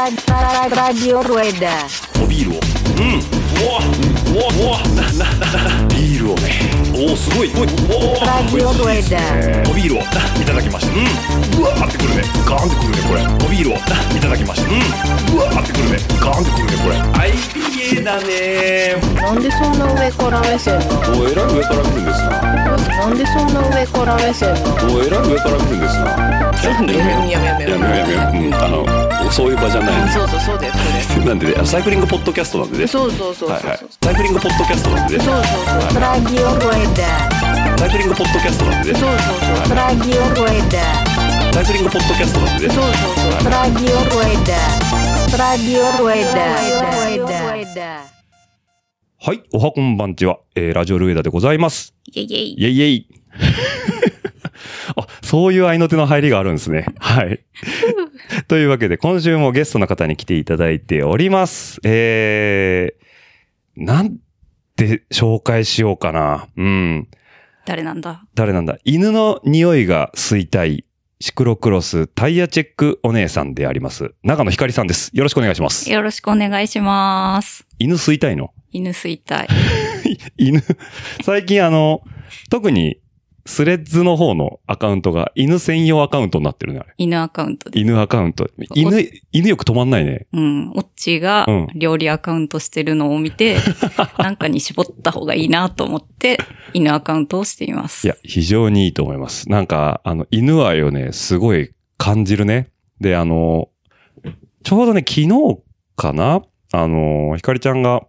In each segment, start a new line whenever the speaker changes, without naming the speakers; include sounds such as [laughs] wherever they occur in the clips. Radio Rueda.
おビールをうんうわうわうわななななビールをねおおすごいおいお
Radio
ー
Rueda.
おビールをないただきましたうんうわーってくるねガーンってくるねこれおビールをないただきましたうんうわーってくるねガーンってくるねこれ IPA だね
なんでそんな上から目線なの
おえらい上から来るんですな
なんでそんな上から目線なの
おえらい上から来るんですなちょっとねやめ
やめやめ
やめやめやめうんあのそういう場じゃない
そうそうそうだよそれ
なんでねサイクリングポッドキャストなんでね
そうそうそうそう
はい
そう
はいサイクリングポッドキャストなんでね
そうそうそう
Radio Rueda.
サイクリングポッドキャストなんでね
そうそうそう
Radio Rueda.
サイクリングポッドキャストなんでね
そうそうそう
Radio Rueda. Radio Rueda. Radio Rueda.
はい、おはこんばんちは、えー、ラジオルエダでございます。
イェイイェイ
イェイイェイ [laughs] あ、そういう合いの手の入りがあるんですね。
[laughs]
はい。というわけで、今週もゲストの方に来ていただいております。えー、なんて紹介しようかな。うん。
誰なんだ
誰なんだ犬の匂いが吸いたい、シクロクロスタイヤチェックお姉さんであります。長野ひかりさんです。よろしくお願いします。
よろしくお願いします。
犬吸いたいの
犬吸いたい。
犬、 [laughs] 最近あの、特に、スレッズの方のアカウントが犬専用アカウントになってるね、あれ。
犬アカウントで。
犬アカウント。
お
犬、犬よく止まんないね。
うん。オッチーが
うん
料理アカウントしてるのを見て、
[laughs]
なんかに絞った方がいいなと思って、犬アカウントをしています。
いや、非常にいいと思います。なんか、あの、犬愛をね、すごい感じるね。で、あの、ちょうどね、昨日かなあの、ひかりちゃんが、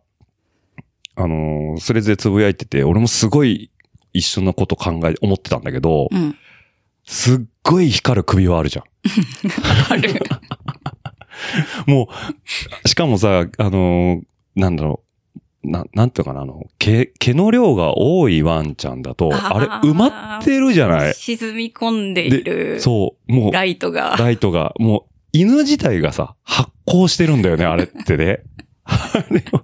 あの、スレッズでつぶやいてて、俺もすごい一緒のこと考え、思ってたんだけど、
うん。
すっごい光る首輪あるじゃん。
ある。
もう、しかもさ、あのーなんだろう、な、なんていうのかな、あの、毛、毛の量が多いワンちゃんだと、あ
あ
れ
ー
埋まってるじゃない
沈み込んでいる
そう、もう、
ライトが。
ライトが、もう、犬自体がさ、発光してるんだよね、あれっ
[laughs]
てね。あれを、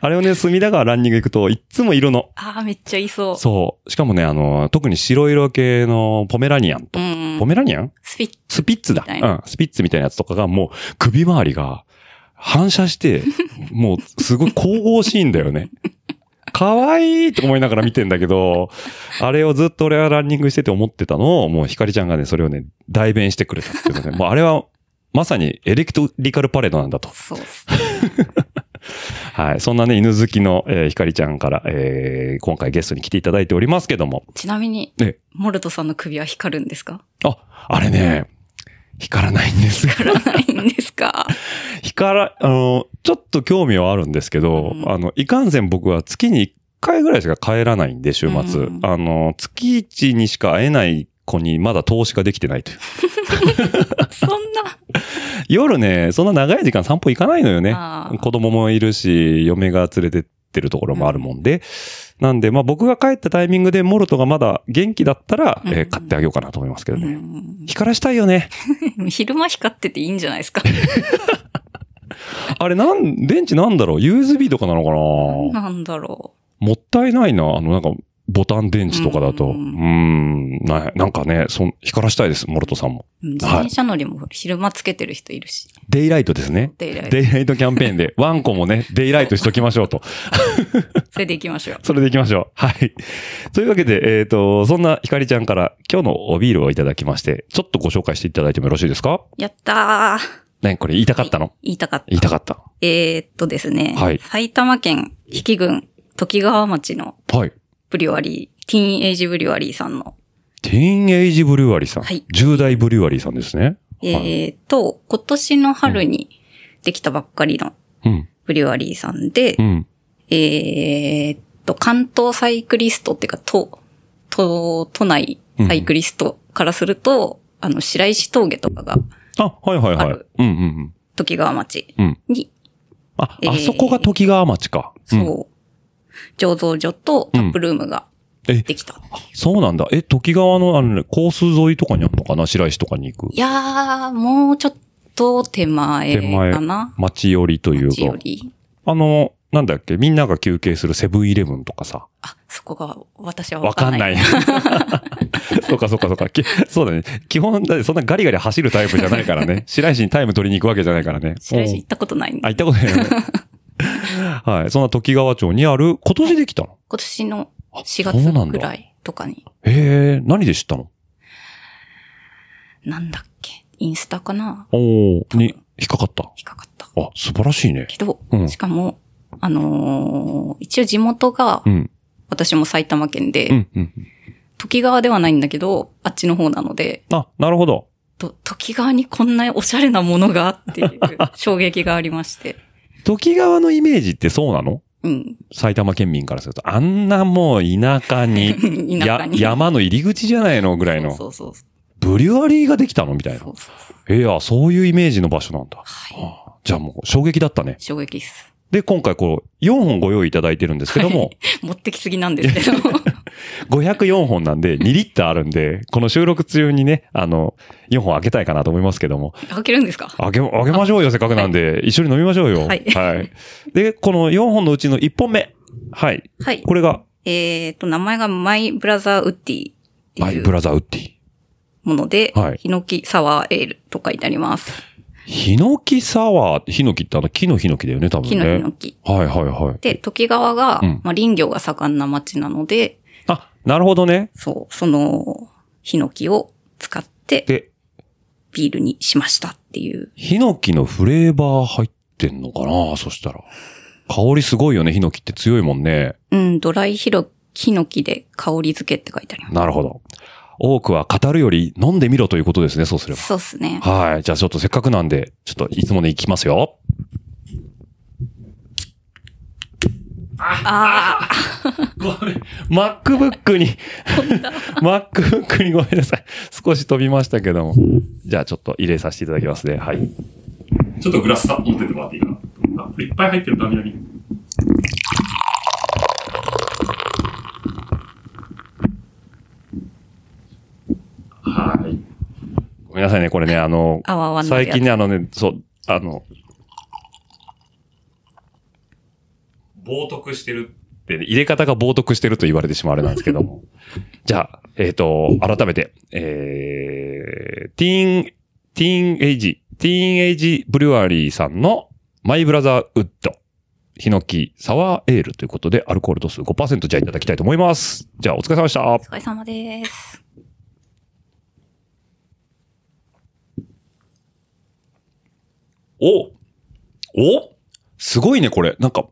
あれをね、隅田川ランニング行くと、いっつも色の、
ああ、めっちゃいそう。
そう、しかもね、あの、特に白色系のポメラニアンと
う、ん
ポ。メラニアン
スピッ
スピッツだ。
みたいな
うん。スピッツみたいなやつとかがもう首周りが反射して、 [laughs] もうすごい神々しいんだよね。 [laughs] かわいいと思いながら見てんだけど、あれをずっと俺はランニングしてて思ってたのを、もうひかりちゃんがね、それをね、代弁してくれたっていうのね。もうあれは、まさにエレクトリカルパレードなんだと。
そうっす。
はい。そんなね、犬好きの、えーひかりちゃんから、えー今回ゲストに来ていただいておりますけども。
ちなみに、
ね。
モルトさんの首は光るんですか [laughs]
あ、あれね、光らないんですよ。
光らないんです
[laughs]
か
光ら、あの、ちょっと興味はあるんですけど、
うん
あの、いかんせん僕は月に1回ぐらいしか帰らないんで、週末。
うん
あの、月1にしか会えない子にまだ投資ができてないという。
そんな。
夜ね、そんな長い時間散歩行かないのよね。
あー
子供もいるし、嫁が連れてってるところもあるもんで。なんで、まあ僕が帰ったタイミングでモルトがまだ元気だったら、えー
うん
買ってあげようかなと思いますけどね。
うん
光らしたいよね。
昼間光ってていいんじゃないですか。
あれなん、電池なんだろう ?USB とかなのかな
[laughs] なんだろ
もったいないな、あの、なんか、ボタン電池とかだと。う
うん
ーん、ななんかね、そん、光らしたいです、モルトさんも。
う。自転車乗りも昼間つけてる人いるし。
デイライトですね。
デイライト
デイライトキャンペー
[laughs]
ンで、ワンコもね、デイライトしときましょうと。
それで行きましょう。
それで行きましょう。はい。というわけで、えっ、と、そんなひかりちゃんから今日のおビールをいただきまして、ちょっとご紹介していただいてもよろしいですか
やったー。
ね、これ言いたかったの
言いたかった。
言いたかった。
えーっとですね。
はい
埼玉県比企郡時川町の
はい。
ブリュワリー、ティーンエイジブリュワリーさんの、
ティーンエイジブリュワリーさん。
はい
10代ブリュワリーさんですね。
えーっと、今年の春にできたばっかりの
うん。
ブリュワリーさんで、
うん。
えーっと、関東サイクリストっていうか、都、都、都内サイクリストからすると、あの、白石峠とかが、
あ、はいはい
あ
はい
る。
うんうん
時川町
うん。うん。
に、
あ、
えー
あそこが時川町か。ん
そう、醸造所とタップルームが
え
で、きた。
そうなんだ。え、時川の、あのね、コース沿いとかにあるのかな白石とかに行く
い。やー、もうちょっと手前
手前
かな。
町寄りという
町よ
か。
り。
あの、なんだっけ、みんなが休憩するセブンイレブンとかさ。
あ、そこが私は
わ
わ
か
か
ん
ん
な
ないい。。 [laughs]
そっかそっかそっか。きそうだね。基本、だってそんなガリガリ走るタイプじゃないか
[laughs]
らね。白石にタイム取りに行くわけじゃないからね。
白石行ったことないん
うんあ、
で。
行ったことないよ
[laughs]
ね。はい。そんな時川町にある、今年できたの
今年の
あ
4
そうな
月
ん
く
だ
らいとかに、
へえ、何で知ったの
なんだっけ、インスタかな
おー、に、引っかかった。
引っかかった。
あ、素晴らしいね。
けど、
うん
しかも、あのー一応地元が
う、ん。
私も埼玉県で、
うん、うん。うん
時川ではないんだけど、あっちの方なので、
あ、なるほど。
と時川にこんなおしゃれなものがっていう衝撃がありまして。
時川のイメージってそうなの
うん。
埼玉県民からすると。あんなもう田舎に、
[laughs] 田舎に。
や山の入り口じゃないのぐらいの。
そうそうそう
ブリュワリーができたのみたいな
そ。うそうそう。
いや、そういうイメージの場所なんだ。
はい。
はあじゃあもう衝撃だったね。
衝撃っす。
で、今回こう、4本ご用意いただいてるんですけども、
持ってきすぎなんですけど。
[laughs] 504本なんで2リッターあるんで、この収録中にね、あの、4本開けたいかなと思いますけども、
開けるんですか
開け、開けましょうよ、せっかくなんで、一緒に飲みましょうよ。
はい
で、この4本のうちの1本目。はい。
はい。
これが、
えっ、と、名前がマイブラザーウッディって
マ
い
イブ
う
ラザーウッディ。
もので、
はい
ヒノキサワーエールと書いてあります。
ヒノキサワー、ヒノキってあの木のヒノキだよね、多分
木
ね。
のヒノキ。
はいはいはい。
で、時川が、
うん
まあ、林業が盛んな町なので、
あ、なるほどね。
そう、その、ヒノキを使って
で、
ビールにしましたっていう。
ヒノキのフレーバー入ってんのかなそしたら。香りすごいよね、ヒノキって強いもんね。
うん、ドライヒロヒノキで香り付けって書いてありま
なるほど。多くは語るより飲んでみろということですね、そうすれば
す。。そうっすね。
はい。じゃあちょっとせっかくなんで、ちょっといつもね、いきますよ。
あ
[laughs] ごめん。MacBook に、MacBook にごめんなさい。少し飛びましたけども。じゃあちょっと入れさせていただきますね。はい。
ちょっとグラスさ、持ってってもらっていいかな。あ、これいっぱい入ってる涙に。はい。
ごめんなさいね、これね、あの、
あ、泡はなる
最
やつ
近ね、あのね、そう、あの、冒涜してるって、入れ方が冒涜してると言われてしまうあれなんですけども。じゃあ、えっ、と、改めて、えー、ティーン、ティーンエイジ、ティーンエイジブリュワリーさんのマイブラザーウッド、ヒノキサワーエールということで、アルコール度数5%じゃあいただきたいと思います。じゃあ、お疲れ様でした
お。疲れ様です。
おおすごいね、これ。なんか、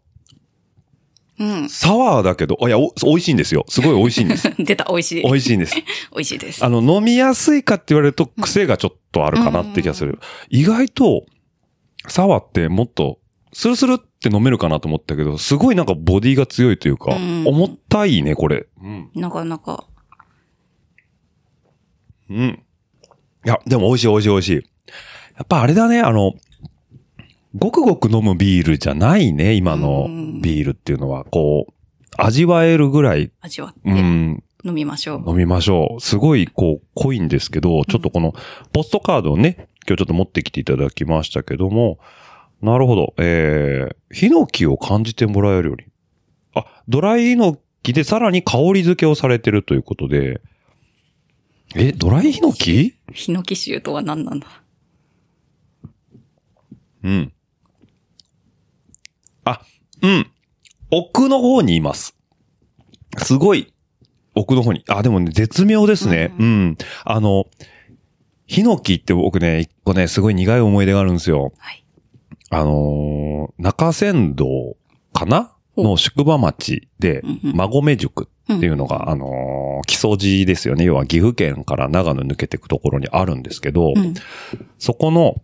うん。
サワーだけど、あいや、お美味しいんですよ。すごい美味しい
[laughs]
んです。
出た、美味しい。
美味しいんです。
美味しいです。
あの、飲みやすいかって言われると癖がちょっとあるかなって気がする。意外と、サワーってもっと、スルスルって飲めるかなと思ったけど、すごいなんかボディが強いというか、
うん
重たいね、これ。うん。
なかなか。
うん。いや、でも美味しい美味しい美味しい。やっぱあれだね、あの、ごくごく飲むビールじゃないね、今の
うん
ビールっていうのは、こう、味わえるぐらい、
味わって
う
飲
ん、
みましょう。
飲みましょう。すごい、こう、濃いんですけど、ちょっとこの、ポストカードをね、今日ちょっと持ってきていただきましたけども、なるほど。えー、ヒノキを感じてもらえるように。あ、ドライヒノキでさらに香り付けをされてるということで、え、ドライヒノキ
ヒノキ臭とは何なんだ
うん。あ、うん。奥の方にいます。すごい。奥の方に。あ、でもね、絶妙ですね。うん、あの、ヒノキって僕ね、一個ね、すごい苦い思い出があるんですよ。
はい
あのー中山道かな
ほう
の宿場町で
うん、うん
馬込塾っていうのが、あのー木曽路ですよね。要は岐阜県から長野抜けていくところにあるんですけど、
うん。
そこの、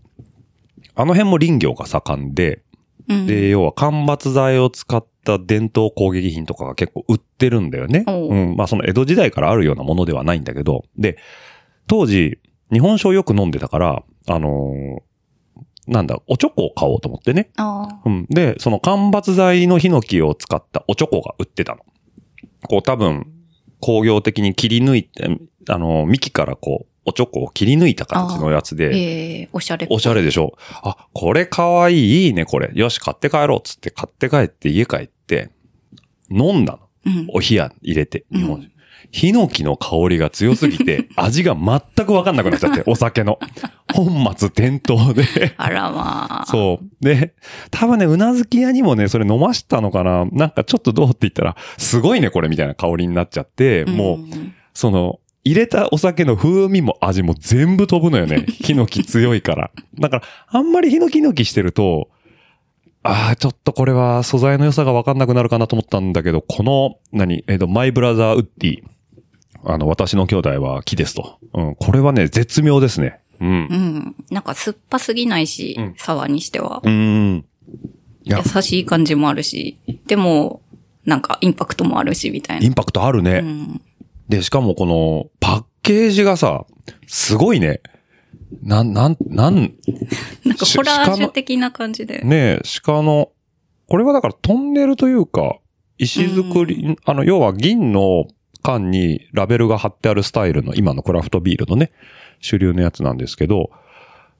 あの辺も林業が盛んで、
うん。
で、要は間伐材を使った伝統工芸品とかが結構売ってるんだよね。
おう
うん。まあその江戸時代からあるようなものではないんだけど、で、当時、日本酒をよく飲んでたから、あのーなんだ、おちょこを買おうと思ってね。
ああ。
うん。で、その間伐材のヒノキを使ったおちょこが売ってたの。こう多分、工業的に切り抜いて、あのー幹からこう、おちょこを切り抜いた形のやつで、
ええおしゃれ。
おしゃれでしょあ、これかわいい、いいね、これ。よし、買って帰ろう、つって買って帰って家帰って、飲んだ
う
の。
ん。
お冷や入れて、日本酒。ヒノキの香りが強すぎて、味が全くわかんなくなっちゃって、お酒の。本末転
[laughs]
倒で。
あらまあ。
そう。で、多分ね、うなずき屋にもね、それ飲ましたのかななんかちょっとどうって言ったら、すごいね、これみたいな香りになっちゃって、もう、
ん
その、入れたお酒の風味も味も全部飛ぶのよね。ヒノキ強いから。だから、あんまりヒノキヒノキしてると、ああ、ちょっとこれは素材の良さがわかんなくなるかなと思ったんだけど、この、何、えっ、と、マイブラザーウッディ。あの、私の兄弟は木ですと。うん、これはね、絶妙ですね。うん
う。ん。なんか酸っぱすぎないし、
うん
サワーにしては
う。ーん。いや、
優しい感じもあるし、でも、なんかインパクトもあるし、みたい
イ
な。
ンパクトある
う
ね。
ん。
で、しかもこの、パッケージがさ、すごいね。なん、なん、なん、
なんか
し
ホラー
鹿
ジュ
の
的な感じで。
ねえ、鹿の、これはだからトンネルというか、石造り、あの、要は銀の缶にラベルが貼ってあるスタイルの、今のクラフトビールのね、主流のやつなんですけど、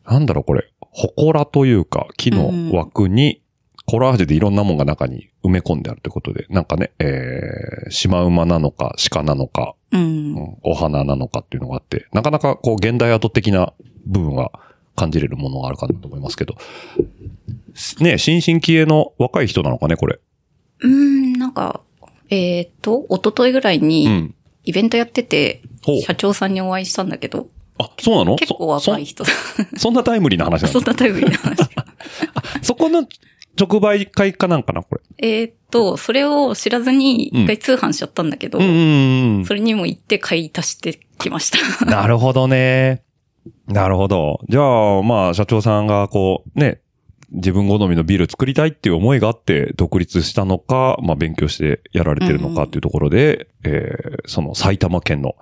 なんだろうこれ、祠というか、木の枠に、コラージュでいろんなもんが中に埋め込んであるということで、なんかね、えー、シマウマなのか、鹿なのか、
うん。
うんお花なのかっていうのがあって、なかなかこう現代アート的な部分が感じれるものがあるかなと思いますけど。ねえ新進気鋭の若い人なのかね、これ。
うーん、なんか、えーっと、一昨日ぐらいに、
ん。
イベントやってて、
ほう
社長さんにお会いしたんだけど、
あ、そうなの
結構若い人
そそそんなタイムリーな話な
そ
の
んなタイプな
[laughs]
話。
そこの直売会かなんかな、これ。
えーっと、それを知らずに
うん
一回通販しちゃったんだけど、
うんうんうん
それにも行って買い足してきました。
[laughs] なるほどね。なるほど。じゃあ、まあ、社長さんが、こう、ね、自分好みのビール作りたいっていう思いがあって、独立したのか、まあ、勉強してやられてるのかっていうところで、えーその埼玉県の。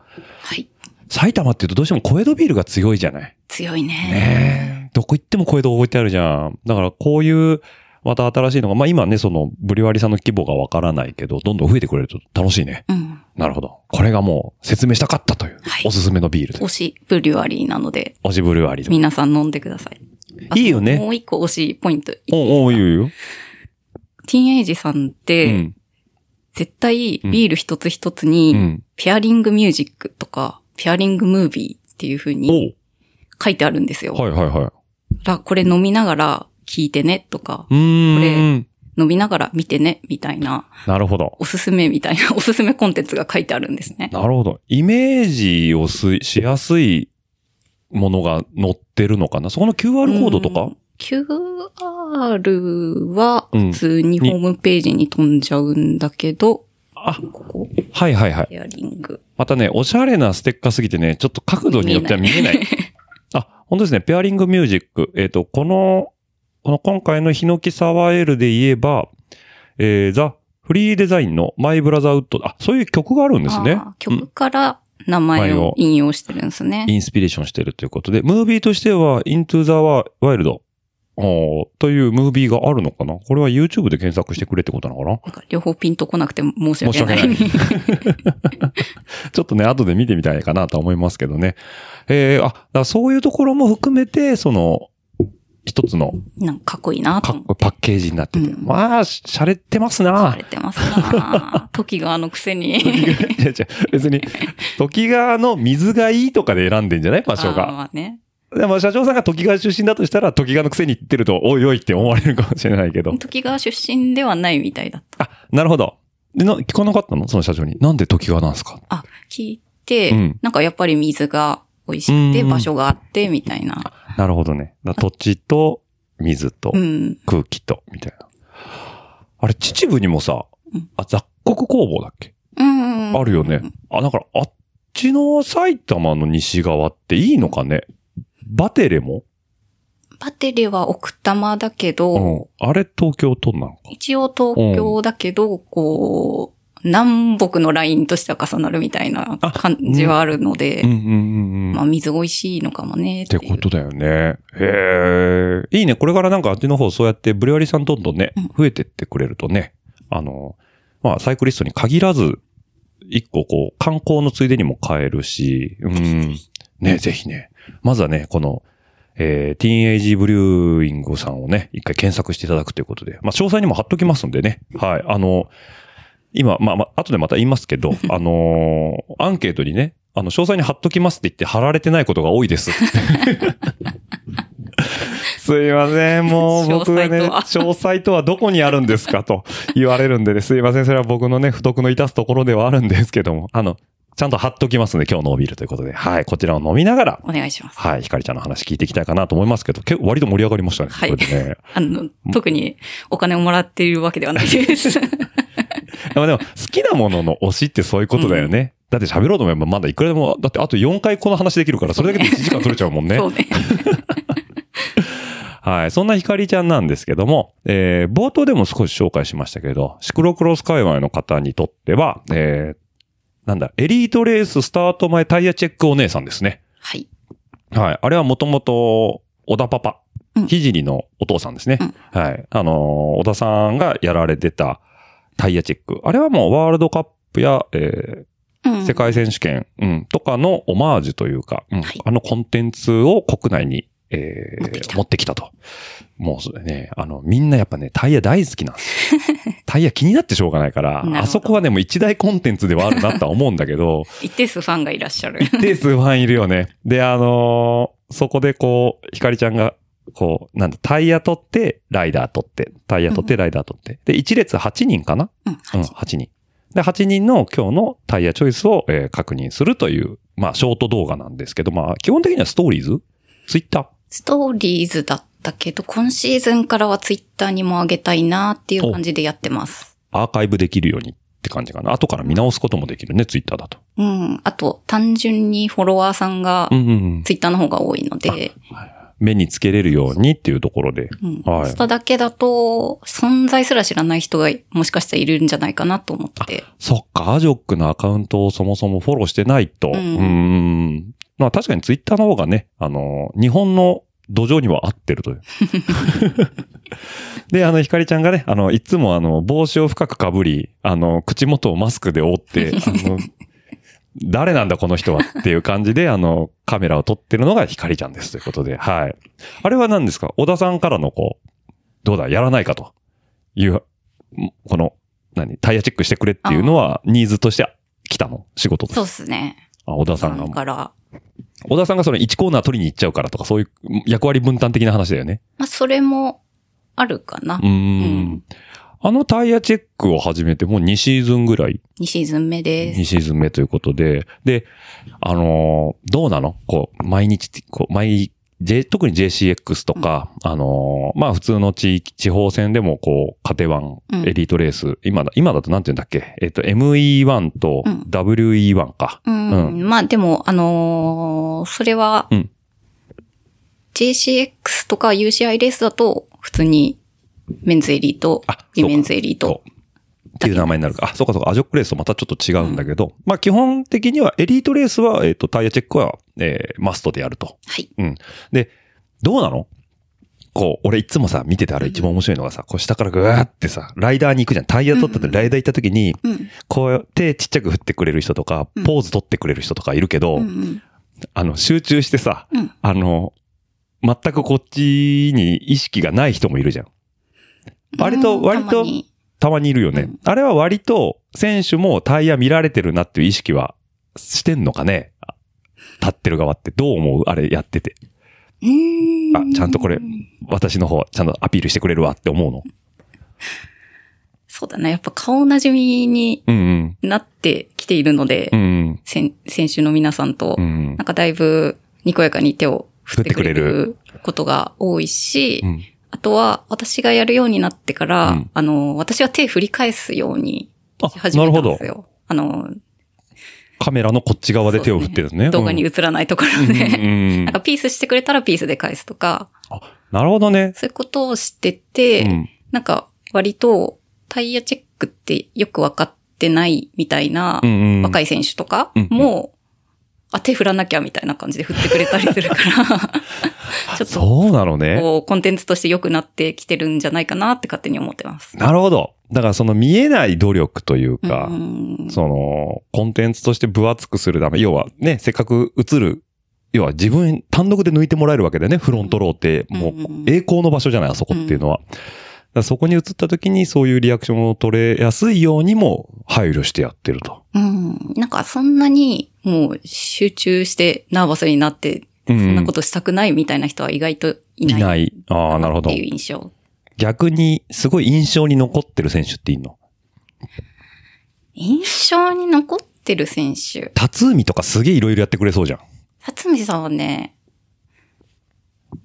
はい。
埼玉っていうとどうしても小江戸ビールが強いじゃない
強いね。
ねえ。どこ行っても小江戸置いてあるじゃん。だから、こういう、また新しいのが、まあ今ね、その、ブリュワリさんの規模がわからないけど、どんどん増えてくれると楽しいね。
うん。
なるほど。これがもう説明したかったという、
はい
おすすめのビールで
推しブリュワリーなので、
おじブルワリーで。
皆さん飲んでください。あと
いいよね
もう一個推しポイント。
おうおう、いいよいいよ。
ティーンエイジさんっ
う
て、
ん。
絶対ビール一つ一つ
う
に、
ん。
ペアリングミュージックとか、ペアリングムービーっていう風に
お
書いてあるんですよ。
はいはい
だ
はい。
からこれ飲みながら聞いてねとか、
うーん。
飲みながら見てねみたいな、
なるほど。
おすすめみたいな、 [laughs] おすすめコンテンツが書いてあるんですね。
なるほど。イメージをすいしやすいものが載ってるのかなそこの QR コードと
う
か
ん ?QR は
うん
普通にホームページに飛んじゃうんだけど、
あ、
ここ、
はいはいはい。
ペアリング。
またね、おしゃれなステッカーすぎてね、ちょっと角度によっては見えない。あ、本当ですね。ペアリングミュージック。えっ、と、この、この今回のヒノキサワーエールで言えば、えー、ザ・フリーデザインのマイブラザーウッド。あ、そういう曲があるんですね
あー。曲から名前を引用してるんですね。
[laughs] インスピレーションしてるということで、ムービーとしては、Into the Wild おーというムービーがあるのかなこれは YouTube で検索してくれってことなのかな
なんか両方ピンとこなくて申し訳ない。 [laughs]
申しちょっとね、後で見てみたいかなと思いますけどね。えー、あ、だからそういうところも含めて、その、一つの
なんかかっこいいなと
か
思
っ
って
こいいパッケージになってて。
うん
まあ、しゃれてますな
されてますな [laughs] 時があのくせに。
[laughs] いや違う別に、時川の水がいいとかで選んでんじゃない場所
あー
が。
[laughs] まあね。
でも、社長さんが時川出身だとしたら、時川のくせに言ってると、おいおいって思われるかもしれないけ
[laughs]
ど。
時川出身ではないみたいだった。
あ、なるほど。で、な、聞かなかったのその社長に。なんで時川なんですか
あ、聞いて、
うん
なんかやっぱり水が美味しくて、
うん
場所があって、みたいな。
なるほどね。だ土地と、水と
う、ん。
空気と、みたいな。あれ、秩父にもさ
うん、
あ、雑穀工房だっけ
うん。
あるよね。あ、だから、あっちの埼玉の西側っていいのかねバテレも
パテレは奥多摩だけど、
うん。あれ、東京都なのか。
一応東京だけど、こう、南北のラインとしては重なるみたいな
あ
感じはあるので、
うんうんうん
ま
う
あ
ん。っ
水美味しいのかもねってい
て
う。
ことだよね。へえ。いいね。これからなんかあっちの方そうやってブリュワリーさんどんどんね
うん、
増えてってくれるとね、あの、まあサイクリストに限らず、一個こう観光のついでにも買えるし、うん。ね、ぜひね。まずはね、この、えー、ティーンエイジブリューイングさんをね、一回検索していただくということで、まあ詳細にも貼っときますんでね。はい。あの、今、まあ、まあ、後でまた言います
[laughs]
けど、あのーアンケートにね、あの、詳細に貼っときますって言って貼られてないことが多いです。
[laughs]
すいません、もう僕がね、
詳細とは
詳細とはどこにあるんですかと言われるんでね、すいません、それは僕のね、不徳の致すところではあるんですけども、あの、ちゃんと貼っときますんで、今日のおビールということで、はい、こちらを飲みながら、
お願いします。
はい、ひかりちゃんの話聞いていきたいかなと思いますけど、結構割と盛り上がりましたね。
はい
これでね。
あの、特にお金をもらっているわけではないです。
まあでも、好きなものの推しってそういうことだよね。だって喋ろうと思えばまだいくらでも、だってあと4回この話できるから、それだけで1時間取れちゃうもんね。
[laughs] そうね。
はい。そんなひかりちゃんなんですけども、えー、冒頭でも少し紹介しましたけど、シクロクロス界隈の方にとっては、えー、なんだ、エリートレーススタート前タイヤチェックお姉さんですね。
はい。
はい。あれはもともと、小田パパ
うん、
ひじりのお父さんですね。
うん
はい。あのー小田さんがやられてたタイヤチェック。あれはもうワールドカップや、え
うん
ー、世界選手権、うん、とかのオマージュというか、うん
はい
あのコンテンツを国内に、えー
持ってきた
持ってきたと。もうそれね、あの、みんなやっぱね、タイヤ大好きなんです
[laughs]
よ。タイヤ気になってしょうがないか
なるほ
ら、
ど
あそこはね、もう一大コンテンツではあるなとは思うんだけど、
一定数ファンがいらっしゃる。
一定数ファンいるよね。で、あのーそこでこう、ひかりちゃんが、こう、なんだ、タイヤ取って、ライダー取って、タイヤ取って、ライダー取って。で、一列8人かな
うん。
うん、8人。で、8人の今日のタイヤチョイスを、えー確認するという、まあ、ショート動画なんですけど、まあ、基本的にはストーリーズツイッター
ストーリーズだったけど、今シーズンからはツイッターにも上げたいなっていう感じでやってます。
アーカイブできるようにって感じかな。後から見直すこともできるね、ツイッターだと。
うん。あと、単純にフォロワーさんが
うんうんうん。
ツイッターの方が多いので、
目につけれるようにっていうところで。
うん。
はい
スタだけだと、存在すら知らない人がもしかしたらいるんじゃないかなと思って。
そっか、アジョックのアカウントをそもそもフォローしてないと。う
うんん。
んまあ確かにツイッターの方がね、あの、日本の土壌には合ってる
[laughs]
という。で、あの、ひかりちゃんがね、あの、いつもあの、帽子を深くかぶり、あの、口元をマスクで覆
[laughs]
って、あの、誰なんだこの人はっていう感じで、あの、カメラを撮ってるのがひかりちゃんですということで、はい。あれは何ですか小田さんからのこう、どうだ、やらないかという、んこの、何、タイヤチェックしてくれっていうのは、ニーズとして来たの仕事として
そうですね。
あ、小田
フ
さん
ァン
が。
から。
小田さんがその1コーナー取りに行っちゃうからとか、そういう役割分担的な話だよね。
まあ、それもあるかな
う。ー。
うん
あのタイヤチェックを始めてもう2シーズンぐらい
2シーズン目です。
2シーズン目ということで、で、あのーどうなのこう、毎日、こう、毎、J、特に JCX とか、あのーまあ普通の地域、地方戦でもこう、カテワン、
うん
エリートレース、今だ、今だとなんて言うんだっけえっ、と、ME1 と
うん
WE1 か。
うん。
う
まあでも、あのーそれは、
うん
JCX とか UCI レースだと、普通にメンズエリート
あ、
ウィメン
そう
ズエリート。
っていう名前になるか。あ、そうかそうか。アジョックレースとまたちょっと違うんだけど、まあ基本的にはエリートレースは、えっ、と、タイヤチェックは、えーマストでやると。
はい。
で、どうなのこう、俺いつもさ、見ててあれ一番面白いのがさ、こう下からぐわーってさ、ライダーに行くじゃん。タイヤ取った
うん
と
うん
ライダー行った時に、
うん。
こう手ちっちゃく振ってくれる人とか
うん、
ポーズ取ってくれる人とかいるけど、
うんうん。
あの、集中してさ、
うん
あの、全くこっちに意識がない人もいるじゃん。割と
うん
割と
たまに
たまにいるよね。
うん
あれは割と選手もタイヤ見られてるなっていう意識はしてんのかねあ立ってる側ってどう思うあれやってて。
うー
あ、ちゃんとこれ、私の方、ちゃんとアピールしてくれるわって思うの。
そうだね。やっぱ顔なじみに
うんうん。
なってきているので、
うん
せん選手の皆さんと、
うん。うん
なんかだいぶにこやかに手を振ってくれ
振ってくれ
ることが多いし、
うん。
あとは、私がやるようになってから、
うん
あの、私は手振り返すようにし
あ、
始め
な
た
るほ
んで
ど
す。よ。あの、
カメラのこっち側で手を振ってるの
[laughs]
ね。
動画に映らないところ
うん
で、
うんうんうん
[laughs] なんかピースしてくれたらピースで返すとか、
なるほどね。
そういうことをしてて、
うん
なんか割とタイヤチェックってよくわかってないみたいな
うんうん。
若
い。
い選手とか
うんうん
も、あ、手振らなきゃみたいな感じで振ってくれたりする
[laughs]
から、ちょっと
そうなのね。
こうコンテンツとして良くなってきてるんじゃないかなって勝手に思ってます。
なるほど。だからその見えない努力というか、
うん
その、コンテンツとして分厚くするため、要はね、せっかく映る、要は自分単独で抜いてもらえるわけだよね、フロントローって、もう
うんうんうん
栄光の場所じゃない、あそこっていうのは。らそこに移った時にそういうリアクションを取れやすいようにも配慮してやってると。
うん。なんかそんなにもう集中してナーバスになって、
うん
そんなことしたくないみたいな人は意外とい
い
ない。
ない。ああ、なるほど
って。いう印象。
逆に、すごい印象に残ってる選手っていいの
印象に残ってる選手。
辰海とかすげえいろいろやってくれそうじゃん。
辰巳さんはね、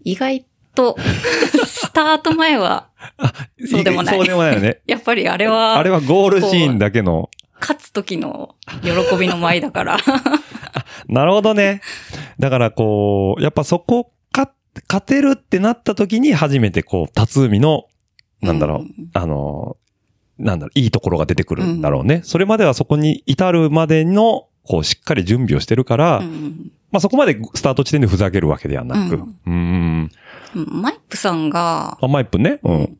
意外と、 [laughs] スタート前は、そうでもない
そうでもないよね。
やっぱ [laughs] りあれは、
あれはゴールシーンだけの。
勝つ時の喜びの舞だから。
なるほどね。だからこう、やっぱそこか、勝てるってなった時に初めてこう、辰海の、 [laughs] なんだろう、
うん
あの、なんだろう、いいところが出てくるんだろうね。それまではそこに至るまでの、こう、しっかり準備をしてるから、
うん
まあそこまでスタート地点でふざけるわけではなく。
う
うん
ん。
うん
マイプさんが、
あ、マイプね。うん。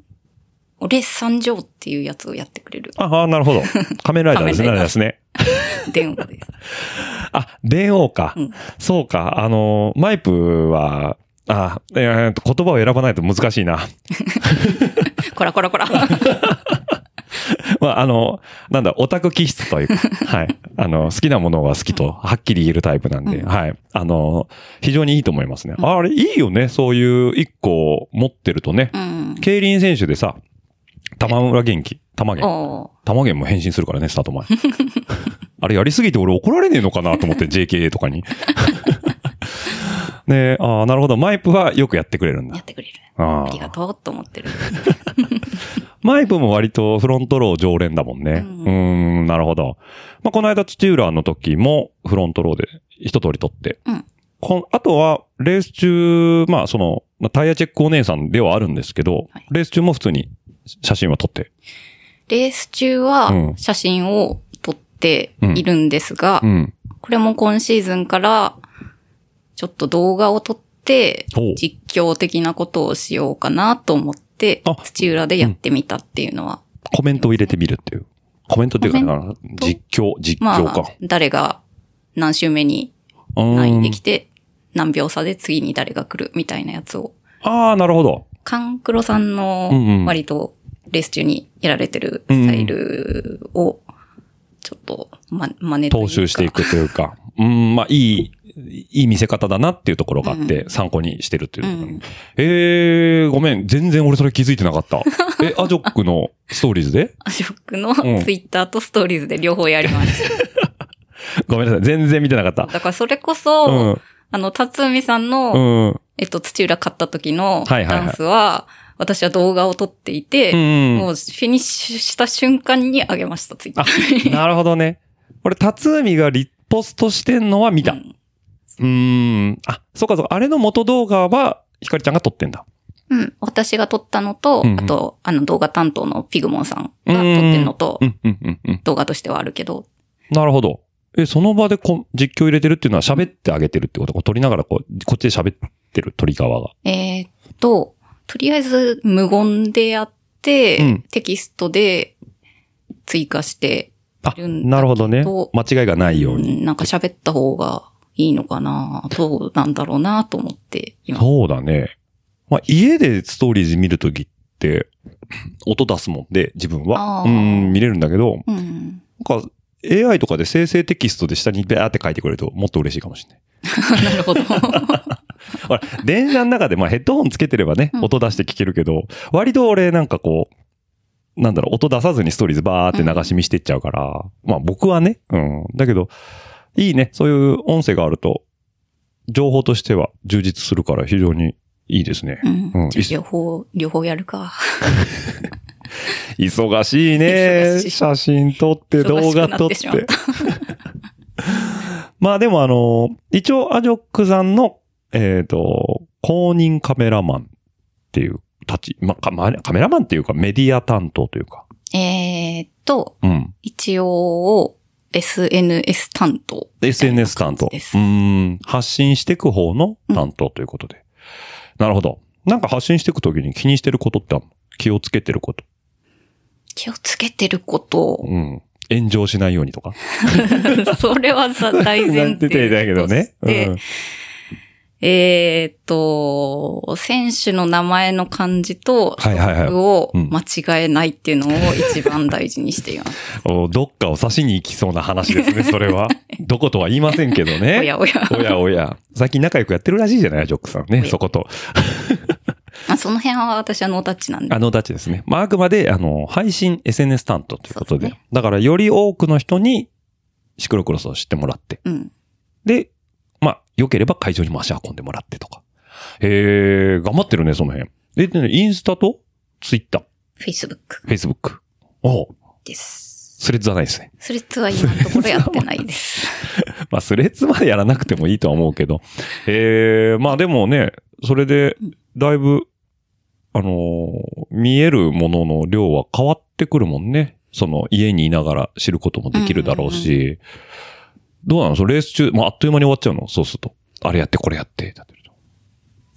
俺三条っていうやつをやってくれる。
ああ、
[laughs]
なるほど。仮面ライダーですね。
仮面ライダー
あれですね。
電
[laughs]
話です。
あ、電王か。
うん
そうか。あの、マイプは、あ、えーっと、言葉を選ばないと難しいな。 [laughs]
こらこらこら。
まあ、あの、なんだ、オタク気質
[laughs]
というか、はい。あの、好きなものは好きと、はっきり言えるタイプなんで、
うん
はい。あの、非常にいいと思いますね。
うん
あれ、いいよね。そういう一個持ってるとね。
うん。
競輪選手でさ、玉村元気、玉元。
おー
玉元も変身するからね、スタート前。 [laughs] あれやりすぎて俺怒られねえのかなと思って、JKA とかに。 [laughs] ねえ、ああ、なるほど。マイプはよくやってくれるん
や
だ
っ。てくれる。
あ
あり
あ
がとうと思ってる。
マイプも割とフロントロー常連だもんね。う
うん
ーん、んなるほど。まあ、この間土浦の時もフロントローで一通り撮って。
うん
こんあとは、レース中、まあ、その、まあタイヤチェックお姉さんではあるんですけど、
はい
レース中も普通に写真は撮って。
レース中
う
は
ん
写真を撮っているんですが、
うん。
これも今シーズンからちょっと動画を撮って
おう
実況的なことをしようかなと思って
あ、
土浦でやってみたっていうのは、
コメントを入れてみるっていう。コメントっていうか
コメ
な、実況、実
ま
況
あ
か。、
誰が何周目に
うーん
何位できて、何秒差で次に誰が来るみたいなやつを、
ああ、なるほど。
カンクロさん
うんうん
の割とレース中にやられてるスタイルを、ちょっと、ま、真似というか
踏襲し
[laughs]
てい。くというか、うん、まあ、いい、いい見せ方だなっていうところがあって、参考にしてるっていう。
うん
えー、ごめん、全然俺それ気づいてなかった。え、アジョックのストーリーズで
アショックの
ん
ツイッターとストーリーズで両方やりま
[laughs]
した。
ごめんなさい、全然見てなかった。
だからそれこそ、
うん、
あの、辰海さんの、
うん、うん
えっと、土浦勝った時の
はいはいは
ダ
い
ンスは、私は動画を撮っていて、
うん。
もうフィニッシュした瞬間に上げました、ツイッターに。
なるほどね。俺、辰海がリポストしてんのは見た。
う
うんーん。あ、そうかそうか。あれの元動画は、ひかりちゃんが撮ってんだ。
うん。私が撮ったのと、
うんうん
あと、あの動画担当のピグモンさんが撮ってるのと、
うん、うん、うん、うん。
動画としてはあるけど、
なるほど。え、その場でこ実況入れてるっていうのは喋ってあげてるってことこう撮りながらこう、こっちで喋ってる、鳥側が。
えーっと、とりあえず無言でやって、
うん
テキストで追加して、
あ
い、るんだけど
なるほどね。間違いがないよう
う
に。
んなんか喋った方がいいのかな、どうなんだろうなと思っています。
そうだね。まあ、家でストーリーズ見るときって、音出すもんで、自分は。
あ
う
ー
ん、見れるんだけど、
うん。 [laughs]
なんか、AI とかで生成テキストで下にベーって書いてくれるともっと嬉しいかもしれない。
なるほ
[laughs]
ど。
ほら、電車の中で、まあヘッドホンつけてればね、
うん
音出して聞けるけど、割と俺なんかこう、なんだろう、音出さずにストーリーズバーって流し見してっちゃうから、まあ僕はね、うん。だけど、いいね、そういう音声があると、情報としては充実するから非常にいいですね。
うん
うん
じゃあ両方、両方やるか。
忙しいね
忙しい
写真撮って、動画撮っ。
忙しくなっててしまっ [laughs]
まあでもあの、一応アジョックさんの、えっ、と、公認カメラマンっていう立ち、まあカまあカメラマンっていうかメディア担当というか。
えーっと、
うん。
一応、SNS 担当。
SNS 担当。う
みたいな感じです
ーん。発信していく方の担当ということで。なるほど。なんか発信していくときに気にしてることってあるの気をつけてること。
気をつけてること。
うん。炎上しないようにとか。
[laughs] それはさ、大前提として。
だけどね。うん
えーっと、選手の名前の漢字と、
はいはいはい
を
うん
間違えないっていうのを一番大事にしています。
おどっかを刺しに行きそうな話です
[laughs]
ね、それは。どことは言いませんけどね。
おやおや。
おやおや。最近仲良くやってるらしいじゃない、ジョックさん
お
ね、
や
そこと。
あその辺は私はノータッチなんで
あ。の、ダチですね。まあ、あくまで、あの、配信、SNS 担当ということ
そ
で。
うです
だから、より多くの人に、シクロクロスを知ってもらって。
うん。
で、まあ、良ければ会場にも足運んでもらってとか。へえ、頑張ってるね、その辺。で、でねインスタと、ツイッター、
Facebook
フェイスブック。おう
です。
スレッズはないですね。
スレッズは今のところやってないです。
[laughs] まあ、スレッズまでやらなくてもいいとは思うけど。ええまあでもね、それで、だいぶ、あのー見えるものの量は変わってくるもんね。その、家にいながら知ることもできるだろうし。どうなのそのレース中、まあ、あっという間に終わっちゃうのそうすると。あれやって、これやって。だってると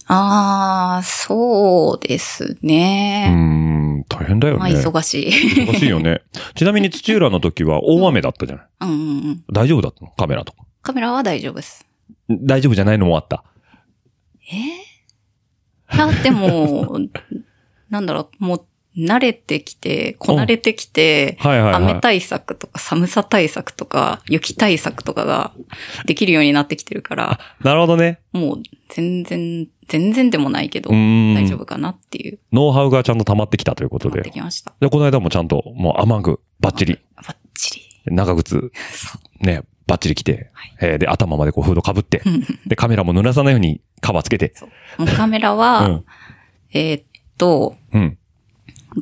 あー、そうです
うー
ね。
ん、大変だよね。
まあ、忙しい。
忙しいよね。 [laughs] ちなみに土浦の時は大雨だったじゃない。
うんうんうん。
大丈夫だったのカメラとか。
カメラは大丈夫です。
大丈夫じゃないのもあった。
だって
[laughs]
もう、なんだろう、もう、慣れてきて、こなれてきて、
はいはいはい。
雨対策とか寒さ対策とか、雪対策とかができるようになってきてるから、
なるほどね。
もう全然、全然でもないけど、
うーん。
大丈夫かなっていう、
ノウハウがちゃんと溜まってきたということ
なっ
で。
てきました。
で、この間もちゃんと、もう雨具、バッチリ、
バッチリ。
長靴、
そう。
ね、バッチリ着て、
はい
えーで、頭までこうフード被って、で、カメラも濡らさないようにカバーつけて。
もうカメラ
う
は、
ん。
えーっと、
うん。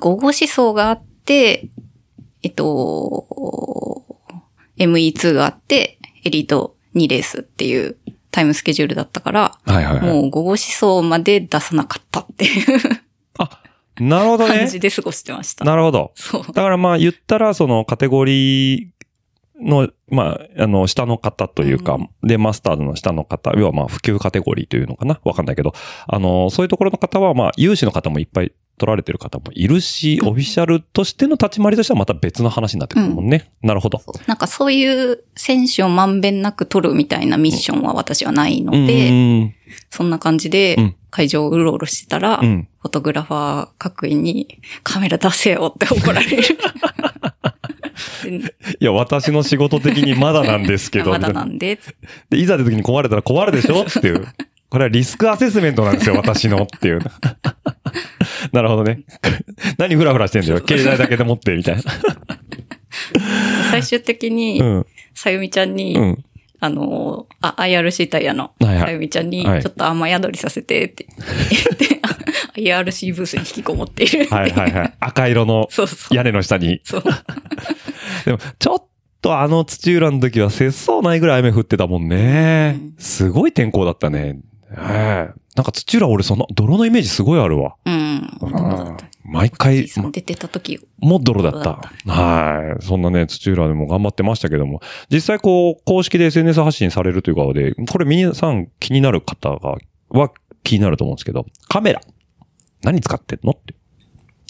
午後思想があって、えっと、ME2 があって、エリート2レースっていうタイムスケジュールだったから、
はいはいはい。
もう午後思想まで出さなかったっていう
あ、なるほど
感
ね。
じで過ごしてました。
なるほど。
そう。
だからまあ言ったら、そのカテゴリーの、まあ、あの、下の方というか、で、マスターズの下の方、要はまあ普及カテゴリーというのかなわかんないけど、あの、そういうところの方は、まあ、有志の方もいっぱい取られてる方もいるし、
うん
オフィシャルとしての立ち回りとしてはまた別の話になってくるもんね。なるほど。
なんかそういう選手をまんべんなく取るみたいなミッションは私はないの
うんうん
で、
うん。
そんな感じ
う
で
ん
会場をうろうろしてたら、
うん。
フォトグラファー各員にカメラ出せよって怒られる。
いや、私の仕事的にまだなんですけど、
[laughs] まだなんで、つって
で、いざ出た時に壊れたら壊るでしょっていう。これはリスクアセスメントなんですよ、私のっていう。 [laughs] なるほどね。 [laughs] 何フラフラしてんだよ。携帯だけで持って、みたいな。
最終的に、
うん。
さゆみちゃんに、
うん。
あの、あ、IRC タイヤの、
はいはい
さゆみちゃんに、
はい
ちょっと雨宿りさせてって [laughs] 言って、IRC ブースに引きこもっているって
はいはいはい。赤色の
[laughs] そうそう。
屋根の下に。
そう。
でも、ちょっとあの土浦の時は節操ないぐらい雨降ってたもんね
うん。
すごい天候だったね。ええなんか土浦俺その泥のイメージすごいあるわ。
うん。本当だった。
毎回、
その出てた時、
もう泥だっ
泥
た。はい。そんなね、土浦でも頑張ってましたけども、実際こう、公式で SNS 発信されるという側で、これ皆さん気になる方が、は気になると思うんですけど、カメラ。何使ってんのって。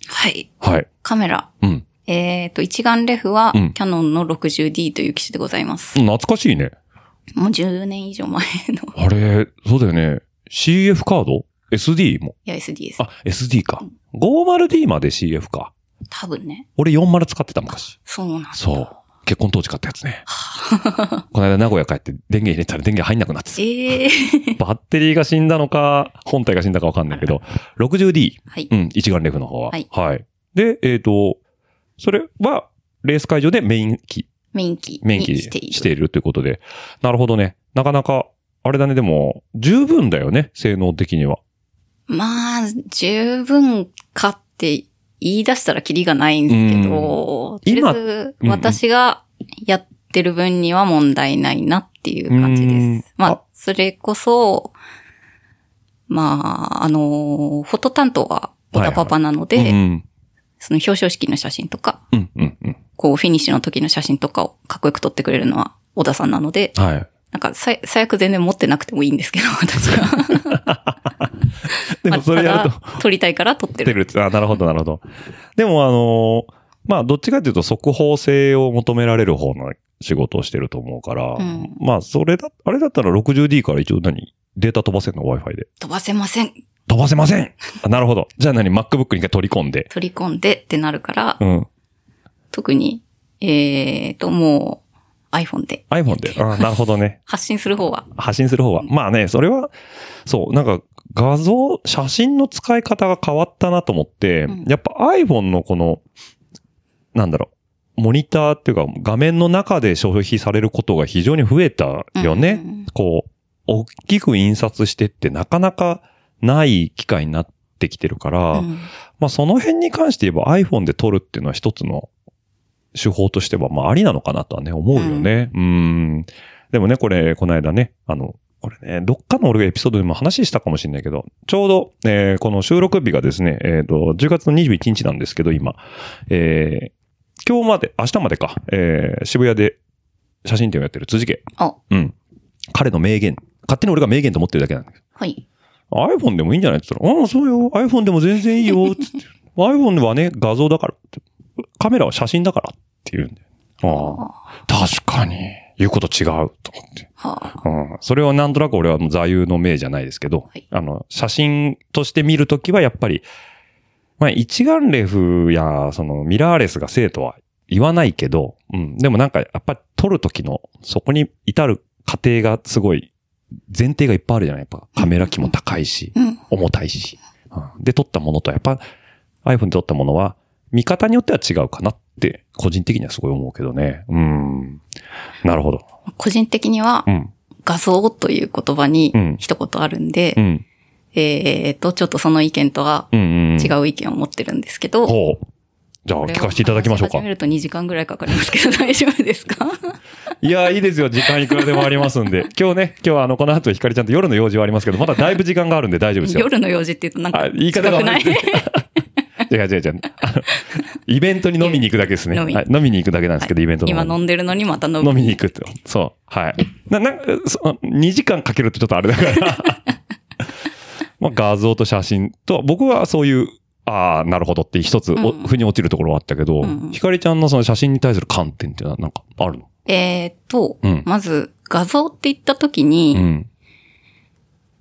はい。
はい。
カメラ。
うん。
えっ、と、一眼レフは、
うん
キャノンの 60D という機種でございます。
懐かしいね。
もう10年以上前の、
あれ、そうだよね。CF カード ?SD も。
いや、SD です。
あ、SD か。50D まで CF か。
多分ね。
俺40使ってた昔。
そうなんだ。
そう。結婚当時買ったやつ [laughs] ね。この間名古屋帰って電源入れたら電源入んなくなってた。
ええ
バッテリーが死んだのか、本体が死んだかわかんな
[laughs]
いけど、60D。
はい。
うん、一眼レフの方は。
はい
で、えっ、と、それは、レース会場でメイン機、
メイン機
メイン
に
機
している。
しているということで。なるほどね。なかなか、あれだね、でも、十分だよね、性能的には。
まあ、十分かって言い出したらキリがないんですけど、とりあえず
今
私がやってる分には問題ないなっていう感じ
う
で
ん
す。ま
あ
あ、それこそ、まあ、あの、フォト担当は小田パパなので、
うん、
その表彰式の写真とか、
うん、うん、うん。
こうフィニッシュの時の写真とかをかっこよく撮ってくれるのは小田さんなので、 [laughs]
はい。
なんか最最悪全然持ってなくてもいいんですけど、私は。
でも、それやると
た、だ撮りたいから撮って
出
る。
る。あ、なるほど、なるほど。でも、あのーまあ、どっちかというと、速報性を求められる方の仕事をしてると思うから、
うん
まあ、それだ、あれだったら 60D から一応何データ飛ばせんの ?Wi-Fi で。
飛ばせません。
飛ばせませんあなるほど。じゃあ何 ?MacBook に一回取り込んで。
取り込んでってなるから、
うん。
特に、えーと、もう iPhone で
iPhone で。ああ、なるほどね。
発信する方は。
発信する方は。まあね、それは、そう、なんか画像、写真の使い方が変わったなと思って、
うん
やっぱ iPhone のこの、なんだろう、モニターっていうか画面の中で消費されることが非常に増えたよね。
うんうんうん
こう、大きく印刷してってなかなかない機会になってきてるから、
うん
まあその辺に関して言えば iPhone で撮るっていうのは一つの手法としてはまあありなのかなとはね、思うよね。うん。んでもね、これ、この間ね、あの、これね、どっかの俺がエピソードでも話したかもしれないけど、ちょうど、えーこの収録日がですね、えっ、と、10月の21日なんですけど、今、えー今日まで、明日までか、えー渋谷で写真展をやってる辻家。
あ、
うん。彼の名言。勝手に俺が名言と思ってるだけなんだけど
はい。
iPhone でもいいんじゃないって言ったら、うん、そうよ。iPhone でも全然い
[laughs]
いよ。つって iPhone はね、画像だからって。カメラは写真だからって言うんだよ。ああ。確かに。言うこと違う。と思って。
はあ、
うん。それはなんとなく俺はもう座右の銘じゃないですけど、
はい
あの、写真として見るときはやっぱり、まあ、一眼レフや、その、ミラーレスが正とは言わないけど、うん。でもなんか、やっぱり撮るときの、そこに至る過程がすごい、前提がいっぱいあるじゃないやっぱ、カメラ機も高いし、
うん。
重たいし。うんで、撮ったものと、やっぱ iPhone で撮ったものは、見方によっては違うかなって、個人的にはすごい思うけどね。うん。なるほど。
個人的には
う、ん。
画像という言葉
うん
に一言あるんで、
うん。
えーと、ちょっとその意見とは
うん、うん。
違。う意見を持ってるんですけど、
ほう。じゃあ、
これ
聞
は
かせていただきましょう
話始
か
め。ると2時間ぐらいかかりますけど [laughs] 大丈夫ですか
いや、いいですよ。時間いくらでもありますん
[laughs]
で。今日ね、今日はあの、この後、ひかりちゃんと夜の用事はありますけど、まだだいぶ時間があるんで大丈夫ですよ。
夜の用事って言うとなんか、
あ言い方が
近くな
悪
い
い。 [laughs] 違う違う違う。あのイベントに飲みに行くだけですね。
飲み
はい飲みに行くだけなんですけど、イベントの
今
方に
飲んでるのにまた飲む。
[laughs] 飲みに行くと。そう。はい。な、な、そ2時間かけるとちょっとあれだ
[laughs]
から。まあ画像と写真と、僕はそういう、ああ、なるほどって一つ、お
うん
腑に落ちるところはあったけど、
うんうん
ひかりちゃんのその写真に対する観点っていうのはなんかあるの
えーと、
うん
まず画像って言った時に、
うん。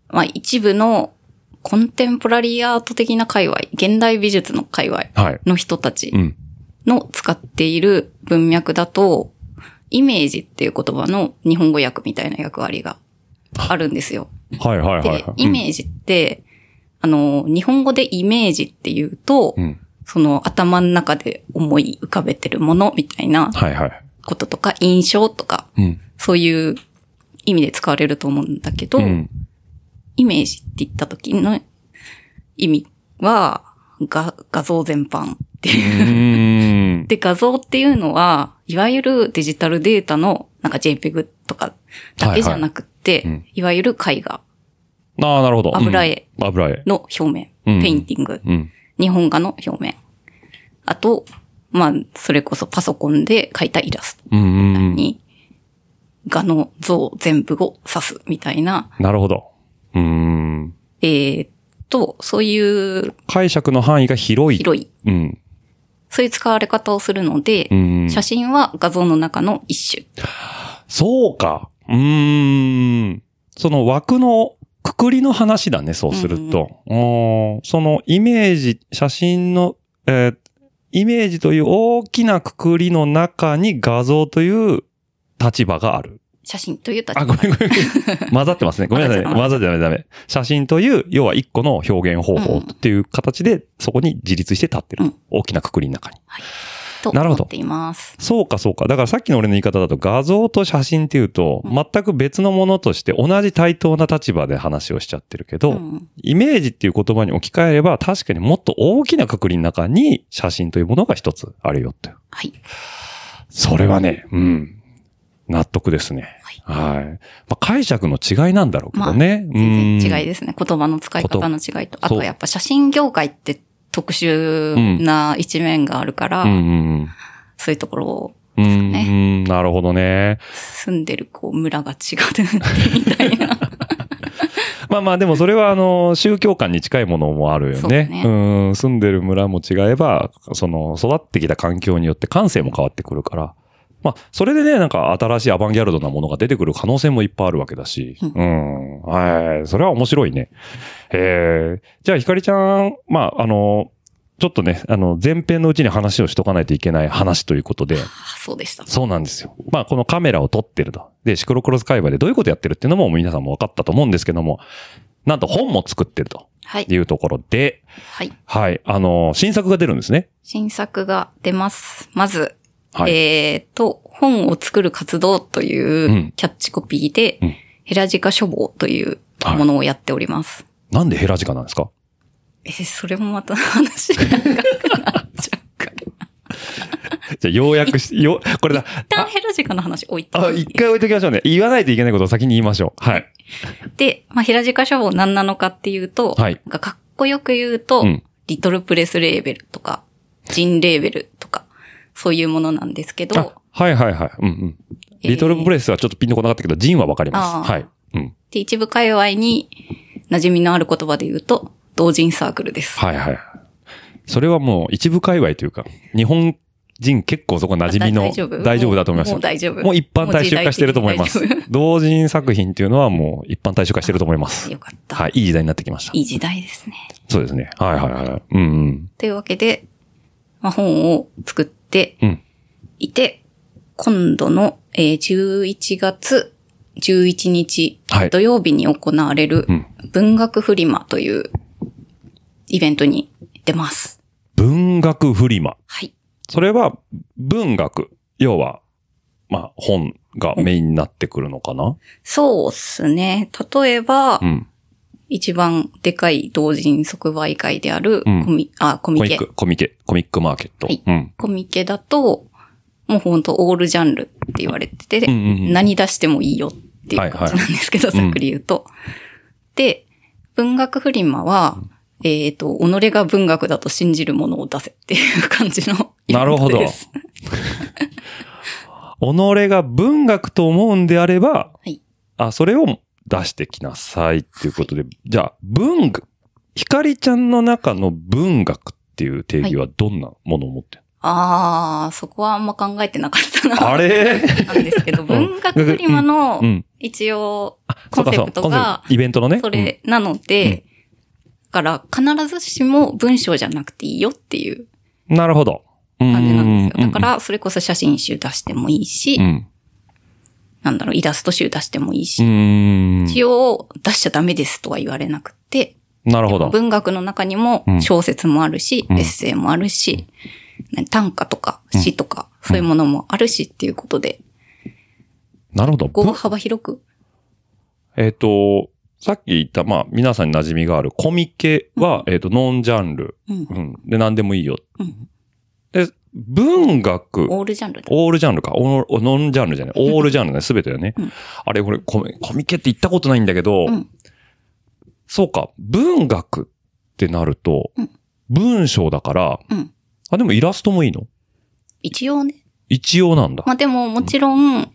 まあ一部のコンテンポラリーアート的な界隈、現代美術の界隈
はい。
の人たち
うん。
の使っている文脈だと、イメージっていう言葉の日本語訳みたいな役割があるんですよ。
はいはいはい、
で
は、い。
イメージって、あの、日本語でイメージっていうと、
うん。うん。
その頭の中で思い浮かべてるものみたいな
はいはい。
こととか、印象とか、
うん。
そういう意味で使われると思うんだけど、
うん。
イメージって言った時の意味は、が画像全般っていう
うーん。
で、画像っていうのは、いわゆるデジタルデータの、なんか JPEG とかだけじゃなくって、い
いはいうん
わゆる絵画
ああ、なるほど。
油絵
うん。油絵。
の表面、
うん
ペインティング、
うん。
日本画の表面。あと、まあ、それこそパソコンで描いたイラス
うんうん
ト
うん。
に、画の像全部を指すみたいな、
なるほど。うーん。
えーっと、そういう
解釈の範囲が広い。
広い、
うん。
そういう使われ方をするので、
うん。
写真は画像の中の一種。
そうか。うーん。その枠のくくりの話だね、そうすると。うーんそのイメージ、写真の、えーイメージという大きなくくりの中に画像という立場がある。
写真という立
あ、
場
ごめんごめん。 [laughs] 混ざってますね。ごめんなさい。混
混
ざっちゃダメダメ。写真という、要は一個の表現方法っていう形で、そこに自立して立ってる。
うん
大きなくくりの中に。
と
なる
思
ほど
っています。
そうか、そうか。だからさっきの俺の言い方だと画像と写真っていうと、
うん
全く別のものとして同じ対等な立場で話をしちゃってるけ
う
ど、
ん
イメージっていう言葉に置き換えれば、確かにもっと大きな括りの中に写真というものが一つあるよって。
はい。
それはね、うん。納得ですね。はい。まあ、解釈の違いなんだろうけどね。
全然違い
い
ですね。言葉の使い方の違いと。あ
そう
とやっぱ写真業界って特殊な一面があるから、
うんうん
そういうところを
うん。うんうん、なるほどね。
住んでるこう村が違うみたい
[laughs]
な。
まあまあでもそれはあの宗教観に近いものもあるよ
そう
ね。
ね
うん住んでる村も違えばその育ってきた環境によって感性も変わってくるからまあ、それでね、なんか新しいアバンギャルドなものが出てくる可能性もいっぱいあるわけだし。
う
うん。はい。それは面白いね。えー、じゃあ、ひかりちゃん、まあ、あの、ちょっとね、あの、前編のうちに話をしとかないといけない話ということで、
あそうでした。
そうなんですよ。まあ、このカメラを撮ってると。で、シクロクロス界隈でどういうことやってるっていうのも皆さんも分かったと思うんですけども、なんと本も作ってると
はい。
いうところで、
はい。
はい、あの、新作が出るんですね。
新作が出ます。まず、
はい。
えっと、本を作る活動と
う
いうんキャッチコピーで、
うん
ヘラジカ書房という
はい
ものをやっております。
なんでヘラジカなんですか
え、それもまた話
[laughs]
が長くなっちゃうから。
じゃあ、ようやくし、よ、これだ。
一旦ヘラジカの話置いて。
あ、一回置いときましょうね。言わないといけないことを先に言いましょう。はい。
で、まあ、ヘラジカ書房何なのかっていうと、
はい
なんかかっこよく言うと、
うん
リトルプレスレーベルとか、ジンレーベルとか、そういうものなんですけど、
あ、はいはいはい。うんうん。
えー
リトルプレスはちょっとピンとこなかったけど、ジンはわかります。
あー
はい。うん。
で、一部界隈に馴染みのある言葉で言うと、同人サークルです。
はいはい。それはもう一部界隈というか、日本人結構そこ馴染みの
大丈夫
大丈夫だと思います
もう
よ。
大丈夫。
もう一般大衆化してると思いま
も
す
う時 [laughs] 代的に大丈。
同人作品っていうのはもう一般大衆化してると思います
夫。よかった。。
はいい。いい時代になってきました。
いい時代ですね。
そうですね。はいはいはい。うんうん。
というわけで、まあ、本を作って
うん
いて、今度の、えー11月11日、
はい
土曜日に行われる
うん
文学フリマというイベントに出ます。
文学フリマ。
はい。
それは文学。要は、まあ、本がメインになってくるのかな
そうっすね。例えば、
うん。
一番でかい同人即売会であるコ
うん
ミ、あ、コ
コ
ミ
ミッ
ケ。
ク、コミケ、コミックマーケット。
はい
うん。
コミケだと、もうほんとオールジャンルって言われてて、
うんうんうん
何出してもいいよっていう感じなんですけど、
はいはい
ざっくり言うと。で、文学フリマは、えっ、と、己が文学だと信じるものを出せっていう感じのイベントです。
なるほど己が文学と思うんであれば、
はい
あ、それを出してきなさいっていうことで、じゃあ、文学、ひかりちゃんの中の文学っていう定義はどんなものを持ってる、
あー、そこはあんま考えてなかったな。[laughs]
あれ
なんですけど、文学フリマの
う、ん。
一応、
あ、そうか
コ
そう。
ンセプトが
コンセプトイベントのね。
それなので、だから必ずしも文章じゃなくていいよっていう
うんなるほど。
感じなんですよ。だか
う
ら、それこそ写真集出してもいいし、
ん、うん。
なんだろう、イラスト集出してもいいうし、
ん。
一応出しちゃダメですとは言われなくて、
なるほど。
文学の中にも
うん
小説もあるし、
うん
エッセイもあるし、短歌とか詩とか、そういうものもあるしっていうことで、
なるほど。
こう
ぶ
幅広く。
えっ、と、さっき言った、まあ、皆さんに馴染みがあるコミケは、えっ、と、ノンジャンル。
うん
うん。で、何でもいいよ。
うん
で、文学、
オールジャンルだ。
オールジャンルか。オールノンジャンルじゃない。オールジャンルね。すべてだよね。
うん
あれ、これコミ、コミケって行ったことないんだけど、
うん
そうか。文学ってなると、
うん
文章だから、
うん
あ、でもイラストもいいの
一応ね、
一応なんだ。
まあでももちろん、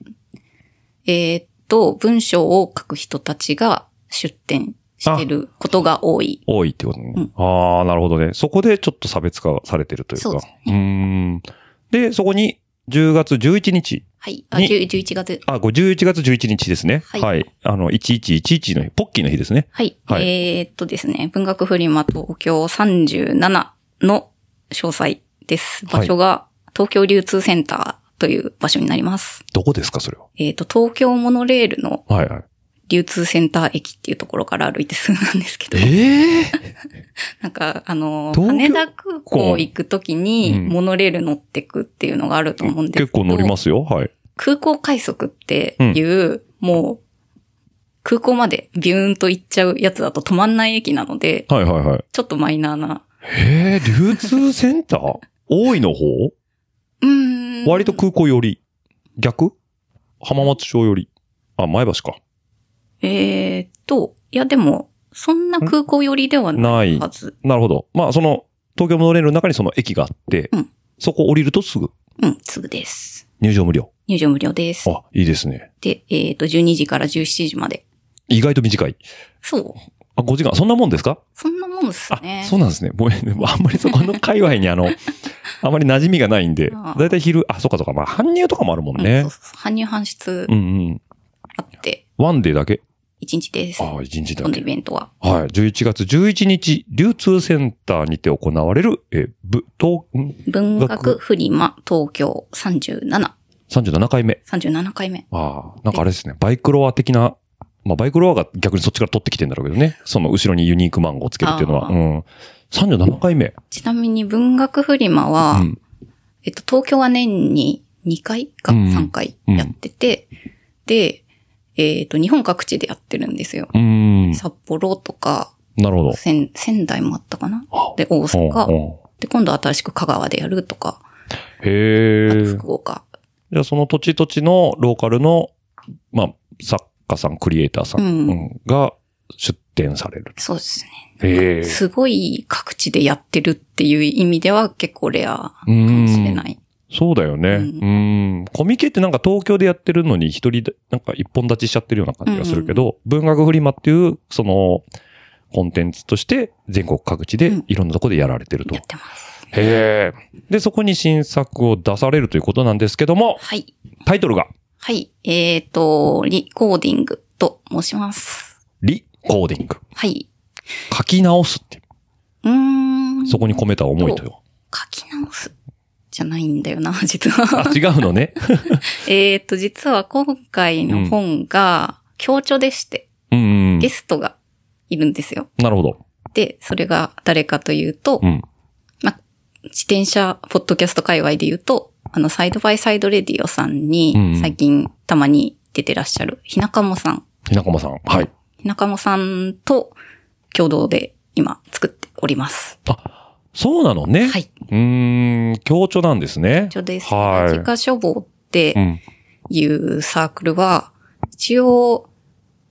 えーっと、文章を書く人たちが出展してることが多い。
多いってことね。
うん
ああ、なるほどね。そこでちょっと差別化されてるという
そ
か。
うですね
ーん。で、そこに10月11日。
はい。あ、
に
10 11月。
あ、これ11月11日ですね。
は
はいい。あの、1111の日、ポッキーの日ですね。
はい。
はい
えーっとですね、文学フリマ東京37の詳細です。
はい
場所が東京流通センターという場所になります。
どこですか、それは。
えーっと、東京モノレールの
はいはい。
流通センター駅っていうところから歩いてすぐなんですけど、
ええ
[laughs] なんか、あの、
東京
羽田空港行くときに
うん
モノレール乗ってくっていうのがあると思うんですけど、
結構乗りますよ。はい。
空港快速っていう、もう、空港までビューンと行っちゃうやつだと止まんない駅なので、
はいはいはい。
ちょっとマイナーな。
ええ流通センター [laughs] 大井の方
うーん。
割と空港寄り。逆浜松町寄り。あ、前橋か。
えーっと、いやでも、そんな空港寄りではないはず。
なるほど。まあ、その、東京モノレールの中にその駅があって、
うん
そこ降りるとすぐ
うん、すぐです。
入場無料。
入場無料です。
あ、いいですね。
で、えーっと、12時から17時まで。
意外と短い。
そう。
あ、5時間。そんなもんですか
そんなもんです
あ、
ね。
そうなんですね。もう、でもあんまりそこの界隈に
[laughs]
あの、あまり馴染みがないんで
ああ、
だいたい昼、あ、そっかそっか、まあ、搬入とかもあるもん
うん
ね
そう。そうそう搬入搬出
うんうん。
あって、
ワンデーだけ。
1日です。
ああ、一日だ
このイ
け。
ベントは。
はい。11月11日、流通センターにて行われる、えー、ぶ、東、ん
文学フリマ東京37。
37回目。
37回目。
ああ、なんかあれですね。バイクロア的な、まあ、バイクロアが逆にそっちから取ってきてんだろうけどね。その後ろにユニークマンゴーをつけるっていうの
あ
は。
あ
うん。37回目。
ちなみに文学フリマは、
うん
えっと、東京は年に2回か
うん
3回やってて、で、えっと、日本各地でやってるんですよ。
うーん。
札幌とか、
なるほど。
仙仙台もあったかなで、大
うん
阪。
うん
で、今度新しく香川でやるとか、
へえ。
福岡。
じゃあその土地土地のローカルの、まあ、作家さん、クリエイターさん
うん
うんが出展される。
そうですね。
へえ。
すごい各地でやってるっていう意味では結構レアか
う。
もしれなんい。
そうだよね。
う
うん。コミケってなんか東京でやってるのに一人で、なんか一本立ちしちゃってるような感じがするけど、文学フリマっていう、その、コンテンツとして全国各地で
うん
いろんなとこでやられてると。
やってます。
へえ。で、そこに新作を出されるということなんですけども、
はい。
タイトルが、
はい。えっ、と、リコーディングと申します。
リコーディング。
はい。
書き直すっていう
うーん。
そこに込めた思いとよ。
書き直す。じゃないんだよな、 [laughs] 実
あ [laughs]
は。、
違うのね。
えっと、実は今回の本が、強調でして、
うんうん。
ゲストがいるんですよ。
なるほど。
で、それが誰かというと、
うん。
まあ、自転車、ポッドキャスト界隈で言うと、あの、サイドバイサイドレディオさん
うんう
に
ん、
最近たまに出てらっしゃる、ひなかもさん。
ひなこまさん。はい。
ひなかもさんと共同で今作っております。
あ、そうなのね。
はい。
うーん、強調なんですね。
一緒です。
はい
自家書房っ
う
て
ん。
いうサークルは、一応、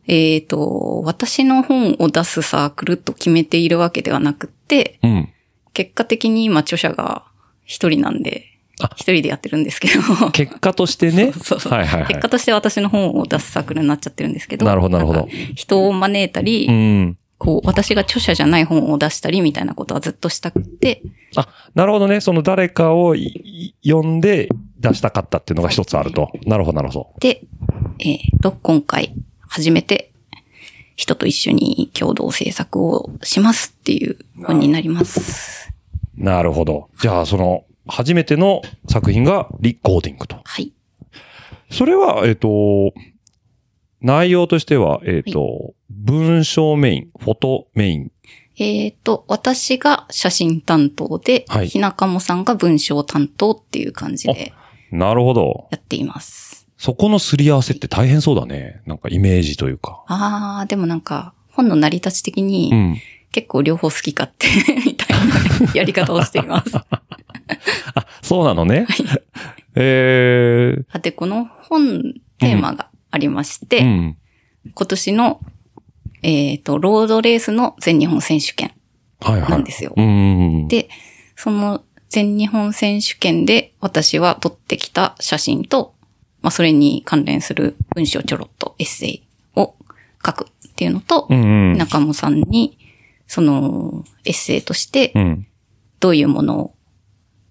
えっ、と、私の本を出すサークルと決めているわけではなくって、
うん。
結果的に今著者が一人なんで
あ、
一人でやってるんですけ
[laughs]
ど。
結果としてね。
[laughs] そうそう
はいはいはい。
結果として私の本を出すサークルになっちゃってるんですけど。
なるほどなるほど
んか人を招いたり、
うん。
こう、私が著者じゃない本を出したりみたいなことはずっとしたくて、
あ、なるほどね。その誰かをいい呼んで出したかったっていうのが一つあると。なるほどなるほ
で、えーと、今回、初めて、人と一緒に共同制作をしますっていう本になります。
ど。なるほど。じゃあ、その、初めての作品がリコーディングと。
はい。
それは、えっ、と、内容としては、えっ、と、文章メイン、フォトメイン。
えっ、と、私が写真担当で、
はい
ひなかもさんが文章担当っていう感じで
なるほど。
やっています。
そこのすり合わせって大変そうだね。なんかイメージというか。
あー、でもなんか、本の成り立ち的に、
うん。
結構両方好き勝手 [laughs] みたいなやり方をしてい
[laughs]
ます。
あ、そうなのね。 [laughs] えー。
で、この本、テーマがありまして、
うん。
今年の、えっ、と、ロードレースの全日本選手権
はいはい。
なんですよ。
うんうんうん。
で、その全日本選手権で私は撮ってきた写真と、まあ、それに関連する文章ちょろっとエッセイを書くっていうのと、
うんうん。
中野さんに、その、エッセイとして
う、ん。
どういうものを、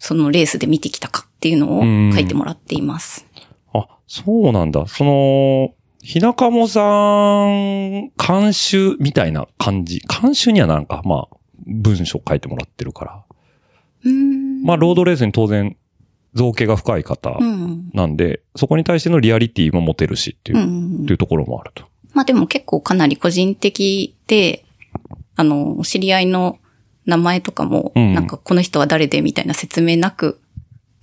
そのレースで見てきたかっていうのを書いてもらっています。
あ、そうなんだ。その、ひなかもさん、監修みたいな感じ。監修にはなんか、まあ、文章書いてもらってるから。
うーん。
まあ、ロードレースに当然、造形が深い方
うん。
なんで、そこに対してのリアリティも持てるしっていうう、
ん
ってい。うところもあると。
まあでも結構かなり個人的で、あの、知り合いの名前とかも、
うん
なんかこの人は誰でみたいな説明なく、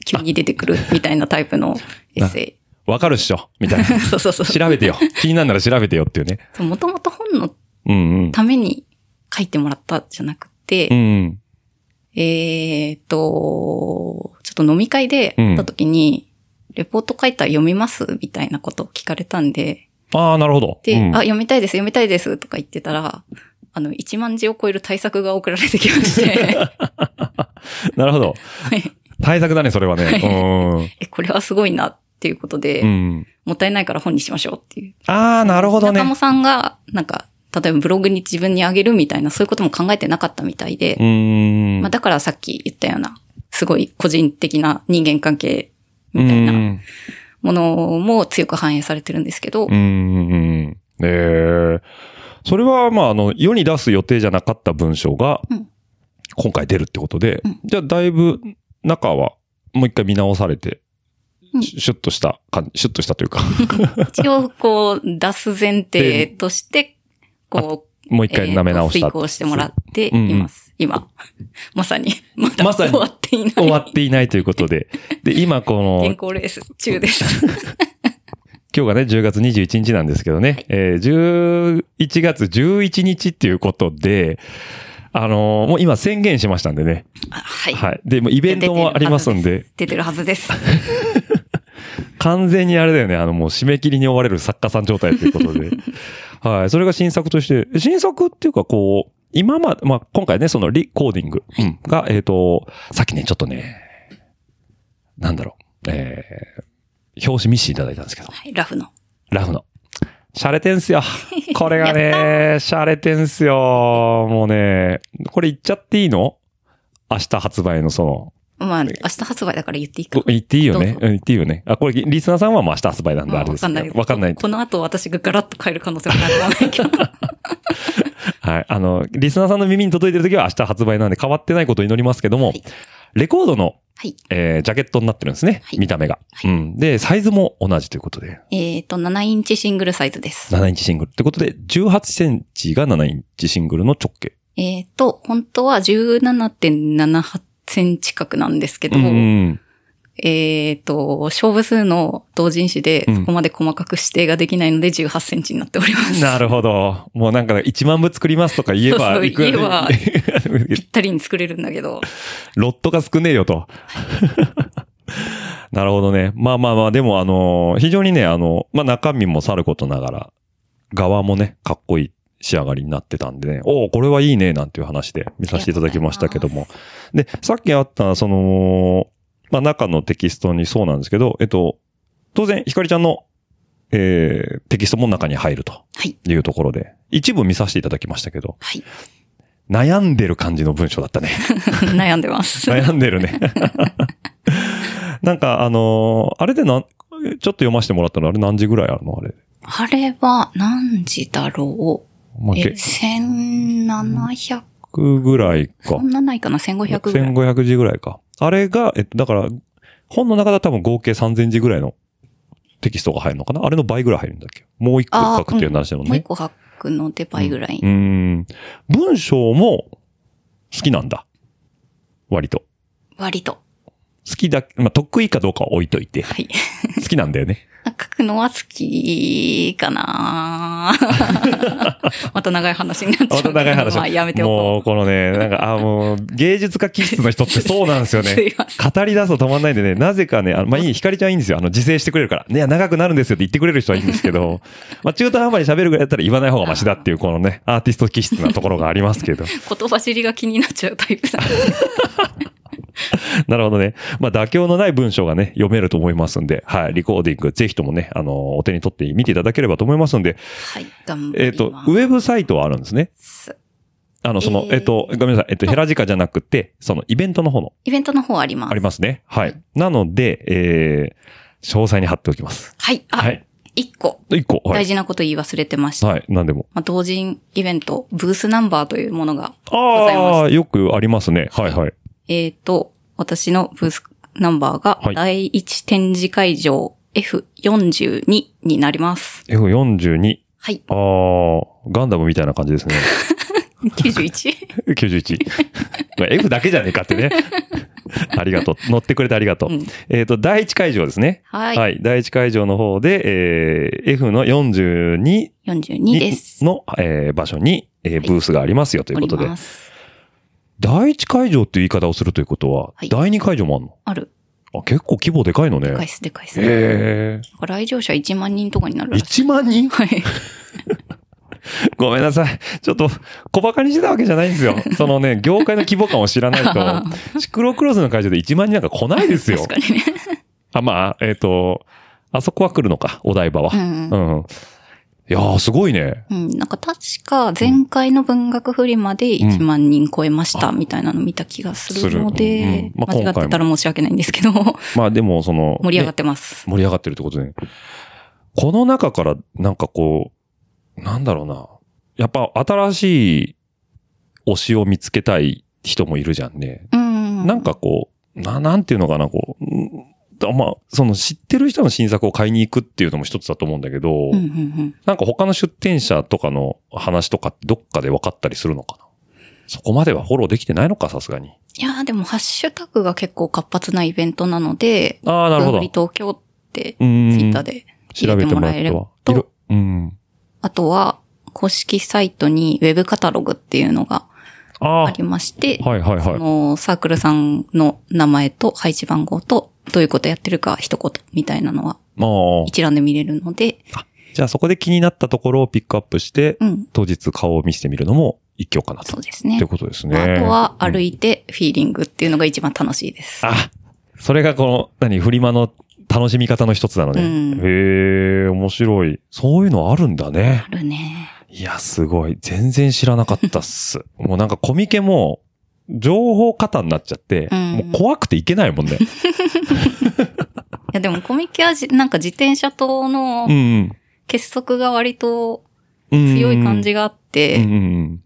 急に出てくるみたいなタイプのエッセ
わかるっしょみたいな。
イ。そうそうそう。
調べ [laughs] てよ。気になるなら調べてよっていうね。
そうもともと本の
うんうん。
ために書いてもらったじゃなくて、
うん。
えーっと、ちょっと飲み会で会った時に、レポート書いたら読みますみたいなことを聞かれたんで、
ああ、なるほど。
で、
うん
あ、読みたいです、読みたいですとか言ってたら、あの、1万字を超える対策が送られてきま
[laughs]
して、
なるほど。
い
対策だね、それはね。
え、これはすごいなっていうことで、
うん。うん。
もったいないから本にしましょうっていう。
ああ、なるほど
中
ね
野。さんが、なんか、例えばブログに自分にあげるみたいな、そういうことも考えてなかったみたいで
う、ーん。
まあだからさっき言ったような、すごい個人的な人間関係
う
みたい
ー。
なんものも強く反映されてるんですけど
う、ーん。えー、それは、まあ、あの、世に出す予定じゃなかった文章が
うん、
今回出るってことで、
うん
じゃあ、だいぶ、中は、もう一回見直されて、
うん
シュシュッとした感じ、シュッとしたという [laughs] か、
一応こう出す前提として、
[laughs]
こう、
もう一回舐め直した。
えーと遂行してもらって
うんうん
います。今。まさに。まだ
まさに
終わっていない。
終わっていないということで。で、今この
[laughs] 健、康レース中
[laughs]
です。
今日がね、10月21日なんですけどね、えー、11月11日っていうことで、あのーもう今宣言しましたんでね。
あはい。
はい。で、もうイベントもありますんで、
出てるはずです。
完全にあれだよね、あのもう締め切りに追われる作家さん状態というこ
[laughs]
とで。はい。それが新作として、新作っていうかこう、今まで、まあ、今回ね、そのリコーディングうんが、えっ、と、さっきね、ちょっとね、なんだろう、えー、表紙見せていただいたんですけど、
はいラフの。
ラフの。洒落てん
[laughs]
すよ。これがね、洒落てんすよ。もうね、これ言っちゃっていいの明日発売のその、
まあ、明日発売だから言っていいか
ご。言っていいよね
どう。ぞ
うん言っていいよね。あ、これ、リスナーさんはもう明日発売なんで、
まあ
あれですけど
けど
わかんない。
この後私がガラッと変える可能性もあるわない
[laughs]
けど。
はい。あの、リスナーさんの耳に届いてる時は明日発売なんで変わってないことを祈りますけども、
はい
レコードの、
はい。
えージャケットになってるんですね。
はい
見た目が、
はい
うん。で、サイズも同じということで、
えっと、7インチシングルサイズです。
7インチシングル。ってことで、18センチが7インチシングルの直径。
えっと、本当は17.78センチ角なんですけど、
うん。
えっ、と、勝負数の同人誌で
うん
そこまで細かく指定ができないので18センチになっており [laughs] ます。
なるほど。もうなんか1万部作りますとか言えば、
そうそう
いくらでも
ぴったりに作れるんだけど。
[laughs] ロットが少ねえよと。 [laughs] なるほどね。まあまあまあ、でもあのー非常にね、あの、まあ中身もさることながら、側もね、かっこいい仕上がりになってたんでね、おお、これはいいね、なんていう話で見させていただきましたけども。で、さっきあった、その、まあ中のテキストにそうなんですけど、えっと、当然、ひかりちゃんの、えー、テキストも中に入ると
はい。
いうところで、一部見させていただきましたけど、
はい。
悩んでる感じの文章だっ
[laughs]
たね。
悩んでます。
悩んでるね。 [laughs] なんか、あのーあれでなん、ちょっと読ませてもらったの、あれ何時ぐらいあるのあれ。
あれは何時だろ
ま
う
あ、
え、
結
1700、
局ぐらいか
そ。んなないかな ?1500 ぐらい。
1500字ぐらいか。あれが、えっと、だから、本の中だと多分合計3000字ぐらいのテキストが入るのかなあれの倍ぐらい入るんだっけもう一個
あー
書くっていう話なの
もう一
ね。
個ハックのデパイぐらい。
うーん。文章も好きなんだ。割と。
割と。
好きだ、まあ、得意かどうかは置いといて。
はい。
好きなんだよね。
[laughs] 書くのは好きか
[laughs]
な [laughs] また長い話になっちゃうけ
ま
ど。
た長い話。
まあやめておこ
もう、このね、なんか、あもう、芸術家気質の人ってそうなんですよ
う。 [laughs] す
ね。
いません。
語り出すと止まんないんでね、なぜかね、あの、まあ、いい、ひかりちゃんいいんですよ。あの、自制してくれるから。ね、長くなるんですよって言ってくれる人はいいんですけど、 [laughs] まあ、中途半端に喋るぐらいだったら言わない方がマシだっていう、このね、アーティスト気質なところがありますけど。 [laughs]
言葉尻が気になっちゃうタイプだ。
なるほどね。まあ、妥協のない文章がね、読めると思いますんで、はい、リコーディング、ぜひともね、あの、お手に取って見ていただければと思いますんで、
[laughs] はい、頑張
えっ、
り
と、ウ
ます。
ェブサイトはあるんですね。あの、その、
えー
えっ、と、ごめんなさい、えっ、と、ヘラジカじゃなくて、その、イベントの方の、
イベントの方あります。
ありますね。は
はいい。
なので、えー、詳細に貼っておきます。
はい、
は
あ、
い。
一、個、
一個。は
大
い。
事なこと言い忘れてました。
はい。何でも。
まあ、同人イベント、ブースナンバーというものが、ざい
あ
ま
あ、よくありますね。はいはい。
えっ、と、私のブースナンバーが
は、い
第一展示会場 F42 になります。
F42。
はい、
ああ、ガンダムみたいな感じですね。 [laughs]
91? [laughs]
91。まあ F だけじゃねえかってね。 [laughs] ありがとう。乗ってくれてありがとう。
うん
えっ、と、第一会場ですね。
はい、
はい。第一会場の方で、えー、F の42
42です。
の、えー場所に、えーブースがありますよということ
お
で
りま。す。
第一会場っていう言い方をするということは、
はい
第二会場もあるの
ある。
あ、結構規模でかいのね。
でかいっす、でかいっす。
へえ。
だから来場者1万人とかに [laughs] なるらしい。
1万人
はい。
ごめんなさい。ちょっと、小馬鹿にしてたわけじゃないん
[laughs]
ですよ。そのね、業界の規模感を知らないと、シクロクロスの会場で1万人なんか来ないですよ
確。かにね。
あ、まあ、えっ、と、あそこは来るのか、お台場は
う。ん。
うん。いやー、すごいね。
うん、なんか確か前回の文学フリマで1万人超えましたみたいなの見た気がするの
するう
で
ん、まあ
間違ってたら申し訳ないんです
[laughs]
けど、
まあでも、その、
盛り上が
ね
ってます。
盛り上がってるってことで、ね、この中から、なんかこう、なんだろうな。やっぱ新しい推しを見つけたい人もいるじゃんね。
うん。
なんかこう、な、なんていうのかな、こう、うんだまあ、その知ってる人の新作を買いに行くっていうのも一つだと思うんだけど、
うんうんうん。
なんか他の出店者とかの話とかってどっかで分かったりするのかなそこまではフォローできてないのか、さすがに。
いやーでもハッシュタグが結構活発なイベントなので、
ああ、なるほど。
り東京ってツ
う
イ
ん
ッター。で。
調べてもらえ
入れ
れ
て
ば
も。らえ
い
る
ろうん。
あとは、公式サイトにウェブカタログっていうのが
あ
ありまして、
あ、はいはい
そ
は。
のサークルさんの名前と配置番号と、どういうことやってるか一言みたいなのはい
あ
一覧で見れるので、
あ。じゃあそこで気になったところをピックアップして、
うん、
当日顔を見せてみるのも一挙かなと。
そう
っ
ですね
て。ことですね。
あとは
うん
歩いてフィーリングっていうのが一番楽しいです。
あ、それがこの、何、フリマの楽しみ方の一つなのね。
うん
へえ、面白い。そういうのあるんだね
あ。るね。
いや、すごい。全然知らなかった
[laughs]
っす。もうなんかコミケも、情報過多になっちゃって、
うん
もう怖くていけない
[laughs]
もんね。
いやでもコミケはじなんか自転車党の
うん
結束が割と
うん。
強い感じ
が。
があっ
うん
て、
うんうん。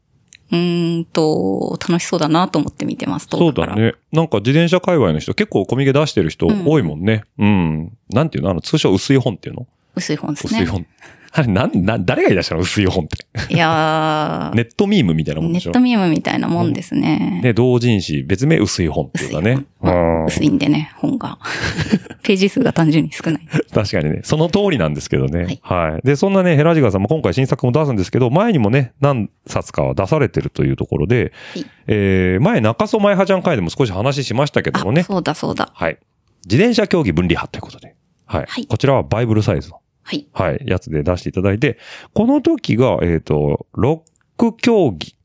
うーんと、楽しそうだなと思って見てます、
そ
遠
う
くか
だ
ら。
ね。なんか自転車界隈の人、結構コミケ出してる人
うん
多いもんね。うん。なんていうのあの、通称薄い本っていうの、
薄い本です
薄
ね
い。本。あれ、なん、なん、誰が言い出したの薄い本って。
いやー、
ネットミームみたいなもん
ネ
でし
ッ
ょ
トミームみたいなもんですね。
ね、同人誌、別名薄い本っていうか [laughs] ね。うん
薄いんでね、本
[laughs]
が。ページ数が単純に少ない。
確かにね。その通りなんですけどね。はい。で、そんなね、ヘラジガーさんも今回新作も出すんですけど、前にもね、何冊かは出されてるというところで、
はい
えー、前中曽前派ちゃん会でも少し話しましたけども
あ、
ね。
そうだそうだ。
はい。自転車競技分離派ということで。はい。
はい
こちらはバイブルサイズの、
はい。
はい、やつで出していただいて、この時が、えっ、と、ロック競技、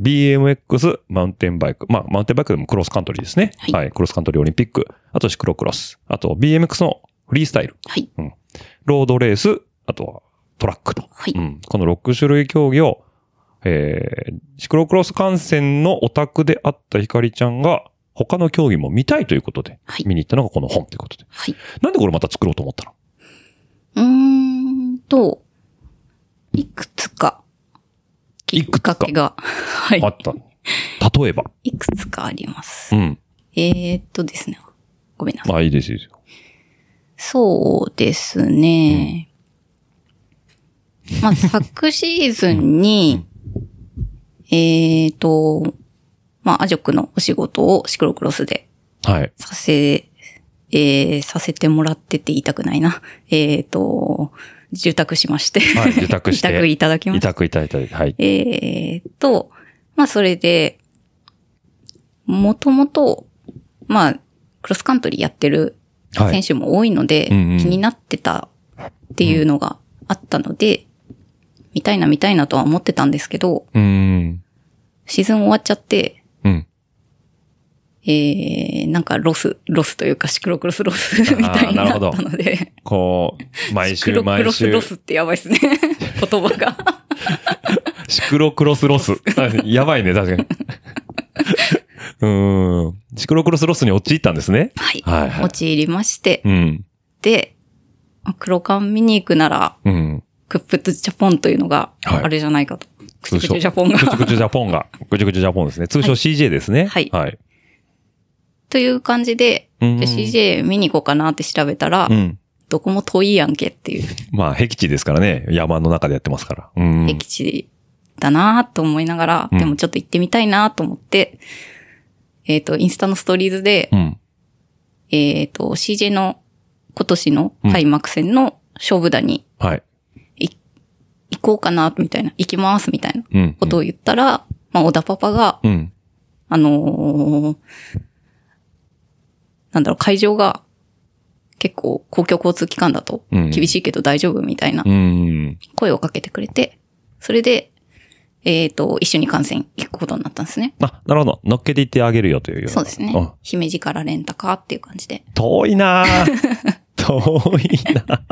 BMX、マウンテンバイク。まあ、マウンテンバイクでもクロスカントリーですね。
はい
クロスカントリーオリンピック。あとシクロクロス。あと BMX のフリースタイル。
はい。
ロードレース、あとはトラックと。
はい。
うん。この6種類競技を、えー、シクロクロス観戦のオタクであったひかりちゃんが、他の競技も見たいということで、
はい
見に行ったのがこの本ということで。
はい。
なんでこれまた作ろうと思ったの
うーんと、いくつか、き
いく
っ
つか
かけが、 [laughs] はい
あ。った。例えば。
いくつかあります。
うん。
えーっとですね。ごめんなさい。
あ、いいです、いいです。
そうですね。まあ、昨シーズンに、えーっと、まあ、アジョックのお仕事をシクロクロスで
はい。
させ、えー、させてもらってて言いたくないな。えーっと、受託しまして。
はい受託して
[laughs] 委託いただきまし
委
て
託いただいたり、はい。
えーっと、まあそれで、もともと、まあ、クロスカントリーやってる
は
選
い
手も多いので、
うんうん
気になってたっていうのがあったので、見たいな見たいなとは思ってたんですけど、
うーん。
シーズン終わっちゃって、
うん。
えー、なんかロス、ロスというかシクロクロスロス [laughs] みたいになった
なる
ので、
こう、毎
シク
週
ロク
毎
ロス
週
ロ、スってやばい
[laughs]
ですね。言葉が。
シクロクロスロス。あ [laughs] やばいね、確か [laughs] に。うーん。シクロクロスロスに陥ったんですね。
はい。
はいはい
陥りまして、
うん。
で、あ黒缶見に行くなら、
うん。
クップトゥジャポンというのが
はい
あれじゃないかと。クチ
通
ク
称
チジャポン
ぐちゅぐ
が。
ちゅジャポンが、ぐちゅぐちゅジャポンですね。通称
は
CJ ですね。
はい
はい。
という感じで、
う
じゃ
ん
あ CJ 見に行こうかなって調べたら
う、ん。
どこも遠いやんけっていう、
まあ、僻地ですからね。山の中でやってますから。うん。
駅地だなと思いながら、
うん
でもちょっと行ってみたいなと思って、えっと、インスタのストーリーズで
う、ん。
えっと、CJ の今年の開幕戦の勝負だに
はい。
行こうかな、みたいな、行きます、みたいな
うん。
ことを言ったら、まあ、小田パパが、
うん。
あのーなんだろう、会場が結構公共交通機関だと
うん
厳しいけど大丈夫みたいな
うん。
声をかけてくれて、それで、えっ、と、一緒に観戦行くことになったんですね。
あ、なるほど。乗っけていってあげるよというような
そうですね
ん。
[laughs] 姫路からレンタカーっていう感じで。
遠いなぁ遠いな。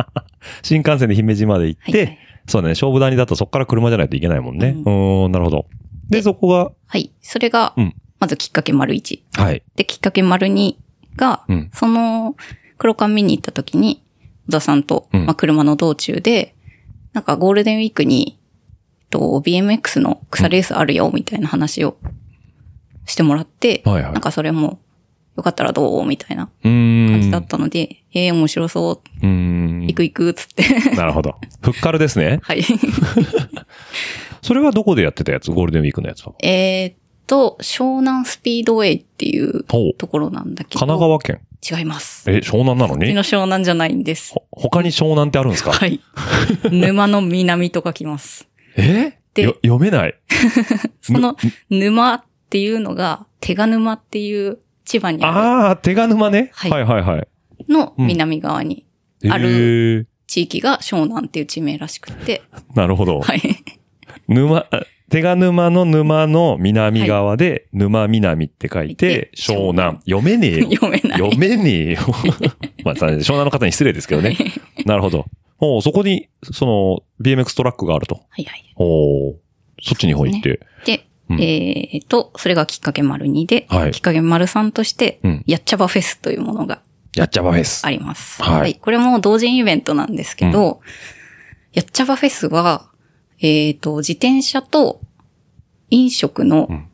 新幹線で姫路まで行って、
はいはい
そうだね、勝負台にだとそこから車じゃないといけないもんね。う
うん
ーん、なるほど。で、そこが、
はい。それが
うん、
まずきっかけ丸1。
はい。
で、きっかけ丸2が、
うん
その、黒缶見に行った時に、小田さんと、
うん
まあ、車の道中で、なんかゴールデンウィークに、えっと、BMX の草レースあるよ、みたいな話をしてもらって、
はいはい
なんかそれも、よかったらどうみたいな
うーん。
感じだったので、ええ面白そう、
うーん。
行く行く、つって。
[laughs] なる
[laughs]
ほど。ふっからですね。
はい。
それはどこでやってたやつゴールデンウィークのやつは。
えーっと、湘南スピードウェイっていう
ほう。
ところなんだけど。
神奈川県。
違います。
え、湘南なの
うち
に
の湘南じゃないんです。
ほ他に湘南ってあるんですか
はい。沼の南と書きます。
[laughs] え
で
よ読めない。
その沼っていうのが、手賀沼っていう千葉にあ
ああ、手賀沼ね。は
はいい
はいはい。
るの南側に、あ
へー
る地域が湘南っていう地名らしくて、
なるほど。
はい。
沼、あ手賀沼の沼の南側で、沼南って書いて、
書いて
湘南。読めねえ
[laughs]
よ。
読めない。
読めねえよ。 [laughs] まあ、湘南の方に失礼ですけどね。なるほど。おうそこに、その、BMX トラックがあると。
[laughs] はいはい。
おお、そっちに方行って。
で、
うん
えーと、それがきっかけ丸2で、
はい
きっかけ丸3として、
うん
やっちゃばフェスというものが
やっちゃばフェス
あ。ります。
はい
これも同人イベントなんですけど、やっちゃばフェスは、えっ、と、自転車と飲食の
ん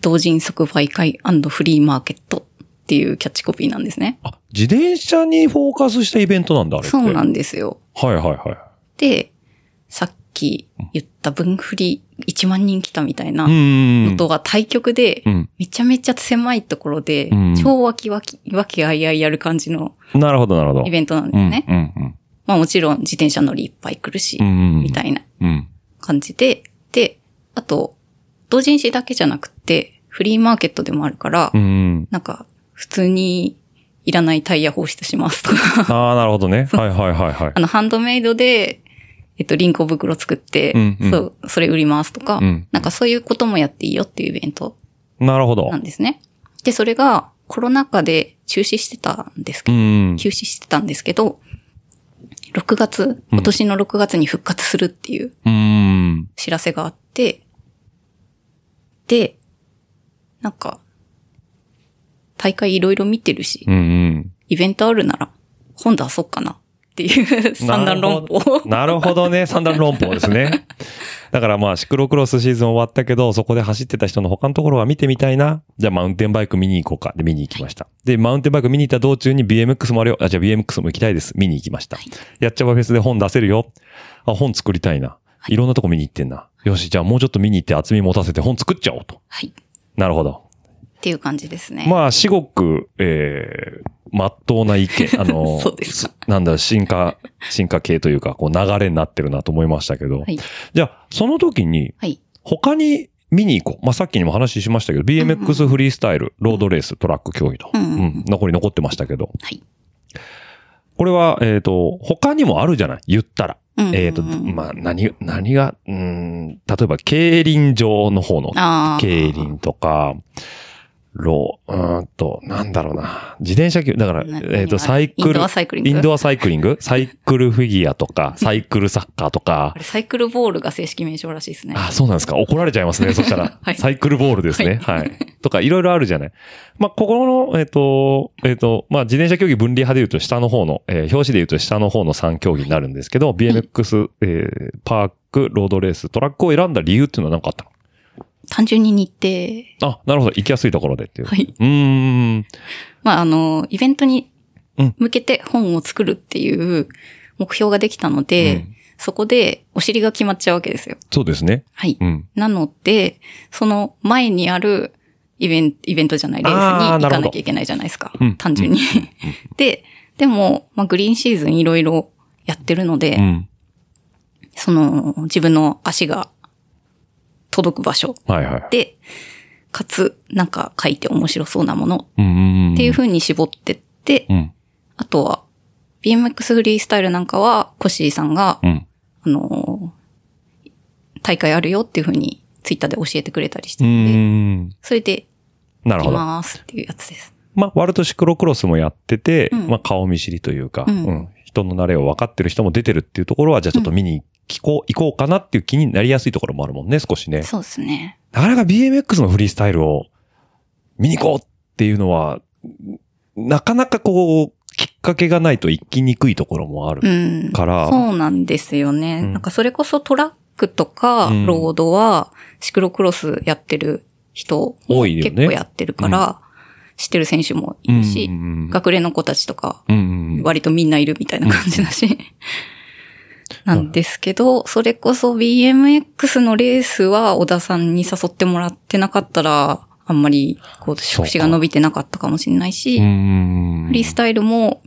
同人即売会フリーマーケットっていうキャッチコピーなんですね。
あ、自転車にフォーカスしたイベントなんだ、あれって。
そうなんんですよ。
はいはいはい。
で、さっき言った分振り1万人来たみたいな
うー
の
ん。
とは対局で、
うん。
めちゃめちゃ狭いところで、
うん
超わきわき、わきあいあいやる感じの
なるほどなるほど。
イベントなんです
う
ね。
んうん
まあもちろん自転車乗りいっぱい来るし、
うん。うん。
みた
い
いな
うん。
感じで、で、あと、同人誌だけじゃなくて、フリーマーケットでもあるから、 [laughs]
うん。
なんか、普通にいらないタイヤ放出しますとか、 [laughs]
ああ、なるほどね。はいはいはいはい
あ。の、ハンドメイドで、えっと、リンコ袋作って、
うんうん
そう、それ売りますとか、
うん
なんかそういうこともやっていいよっていうイベント
なるほど
な。んですね。で、それがコロナ禍で中止してたんですけど
うん。
休止してたんですけど、6月、今年の6月に復活するっていう
うん。
知らせがあって、で、なんか、大会いろいろ見てるし
う、ん。
イベントあるなら、本出そうかなっていう [laughs] 三段論法を。
なるほどね。三段論法ですね。だからまあ、シクロクロスシーズン終わったけど、そこで走ってた人の他のところは見てみたいな。じゃあ、マウンテンバイク見に行こうか。で、見に行きました。で、マウンテンバイク見に行った道中に BMX もあるよ。あ、じゃあ BMX も行きたいです。見に行きました。やっちゃばフェスで本出せるよ。あ、本作りたいな。いろんなとこ見に行ってんな。よし、じゃあもうちょっと見に行って厚み持たせて本作っちゃおうと。
[laughs] はい。っ
なるほど。
ていう感じですね。
まあ、至極、えー、まっとうな意
[laughs]
見、あの、
そうですか
なんだ、進化、進化系というか、こう流れになってるなと思いましたけど、
はい。
じゃあ、その時に、
はい。
他に見に行こう。まあ、さっきにも話しましたけど、BMX フリースタイル、ロードレース、トラック競技と、
うんうんうん
残り残ってましたけど、
はい。
これは、えっ、と、他にもあるじゃない言ったら。
うんうんうん
えっ、と、まあ、何、何が、うーん、例えば、競輪場の方の
ああ。
競輪とか、ロー、うーんと、なんだろうな。自転車級、だから、
な
えっ、と、サイク
イン
ル、
ドアサイクリング。
インドアサイクリング [laughs] サイクルフィギュアとか、サイクルサッカーとか
あ、れ、サイクルボールが正式名称らしいですね。、
あ、そうなんですか。怒られちゃいますね。そしたら [laughs]
はい
サイクルボールですね。はい。とか、いろいろあるじゃない。まあ、ここの、えっ、と、えっ、と、まあ、自転車競技分離派で言うと下の方の、えー表紙で言うと下の方の3競技になるんですけど、BMX、えーパーク、ロードレース、トラックを選んだ理由っていうのは何かあったの
単純に日程。
あ、なるほど。行きやすいところでっていう。
はい。
うーん。
まあ、あの、イベントに
うん
向けて本を作るっていう目標ができたので、
うん
そこでお尻が決まっちゃうわけですよ。
そうですね。
はい。
うん。
なので、その前にあるイベント、イベントじゃない、レース
あー
に行
なるほど
かなきゃいけないじゃないですか。
うん
単純に。 [laughs] で、でも、まあ、グリーンシーズンいろいろやってるので、
うん。
その、自分の足が届く場所
はいはい。
で、かつ、なんか書いて面白そうなもの
うんうんん。
っていう風に絞ってって、
うん。
あとは、BMX フリースタイルなんかは、コッシーさんが、
うん。
あのー大会あるよっていう風に、ツイッターで教えてくれたりし
う
てて、
ーん。
それで、
なる
行き
ほど。
ますっていうやつです。
まあ、割とシクロクロスもやってて、
うん
まあ、顔見知りというか、
う
うんん、人の慣れを分かってる人も出てるっていうところは、じゃあちょっと見に行こう、行こうかなっていう気になりやすいところもあるもんね、少しね。
そうですね。
なかなか BMX のフリースタイルを見に行こうっていうのは、なかなかこう、きっかけがないと行きにくいところもあ
う
る
ん。
から、
そうなんですよね。
うん
なんかそれこそトラックとか
うん
ロードはシクロクロスやってる人も
多いよね
結構やってるから、知ってる選手もいるし、
うん
学齢の子たちとか
うんうんうん
割とみんないるみたいな感じだし。 [laughs] なんですけど、それこそ BMX のレースは小田さんに誘ってもらってなかったら、あんまりこう、
そうか
触手が伸びてなかったかもしれないし、
うんうん
フリースタイルも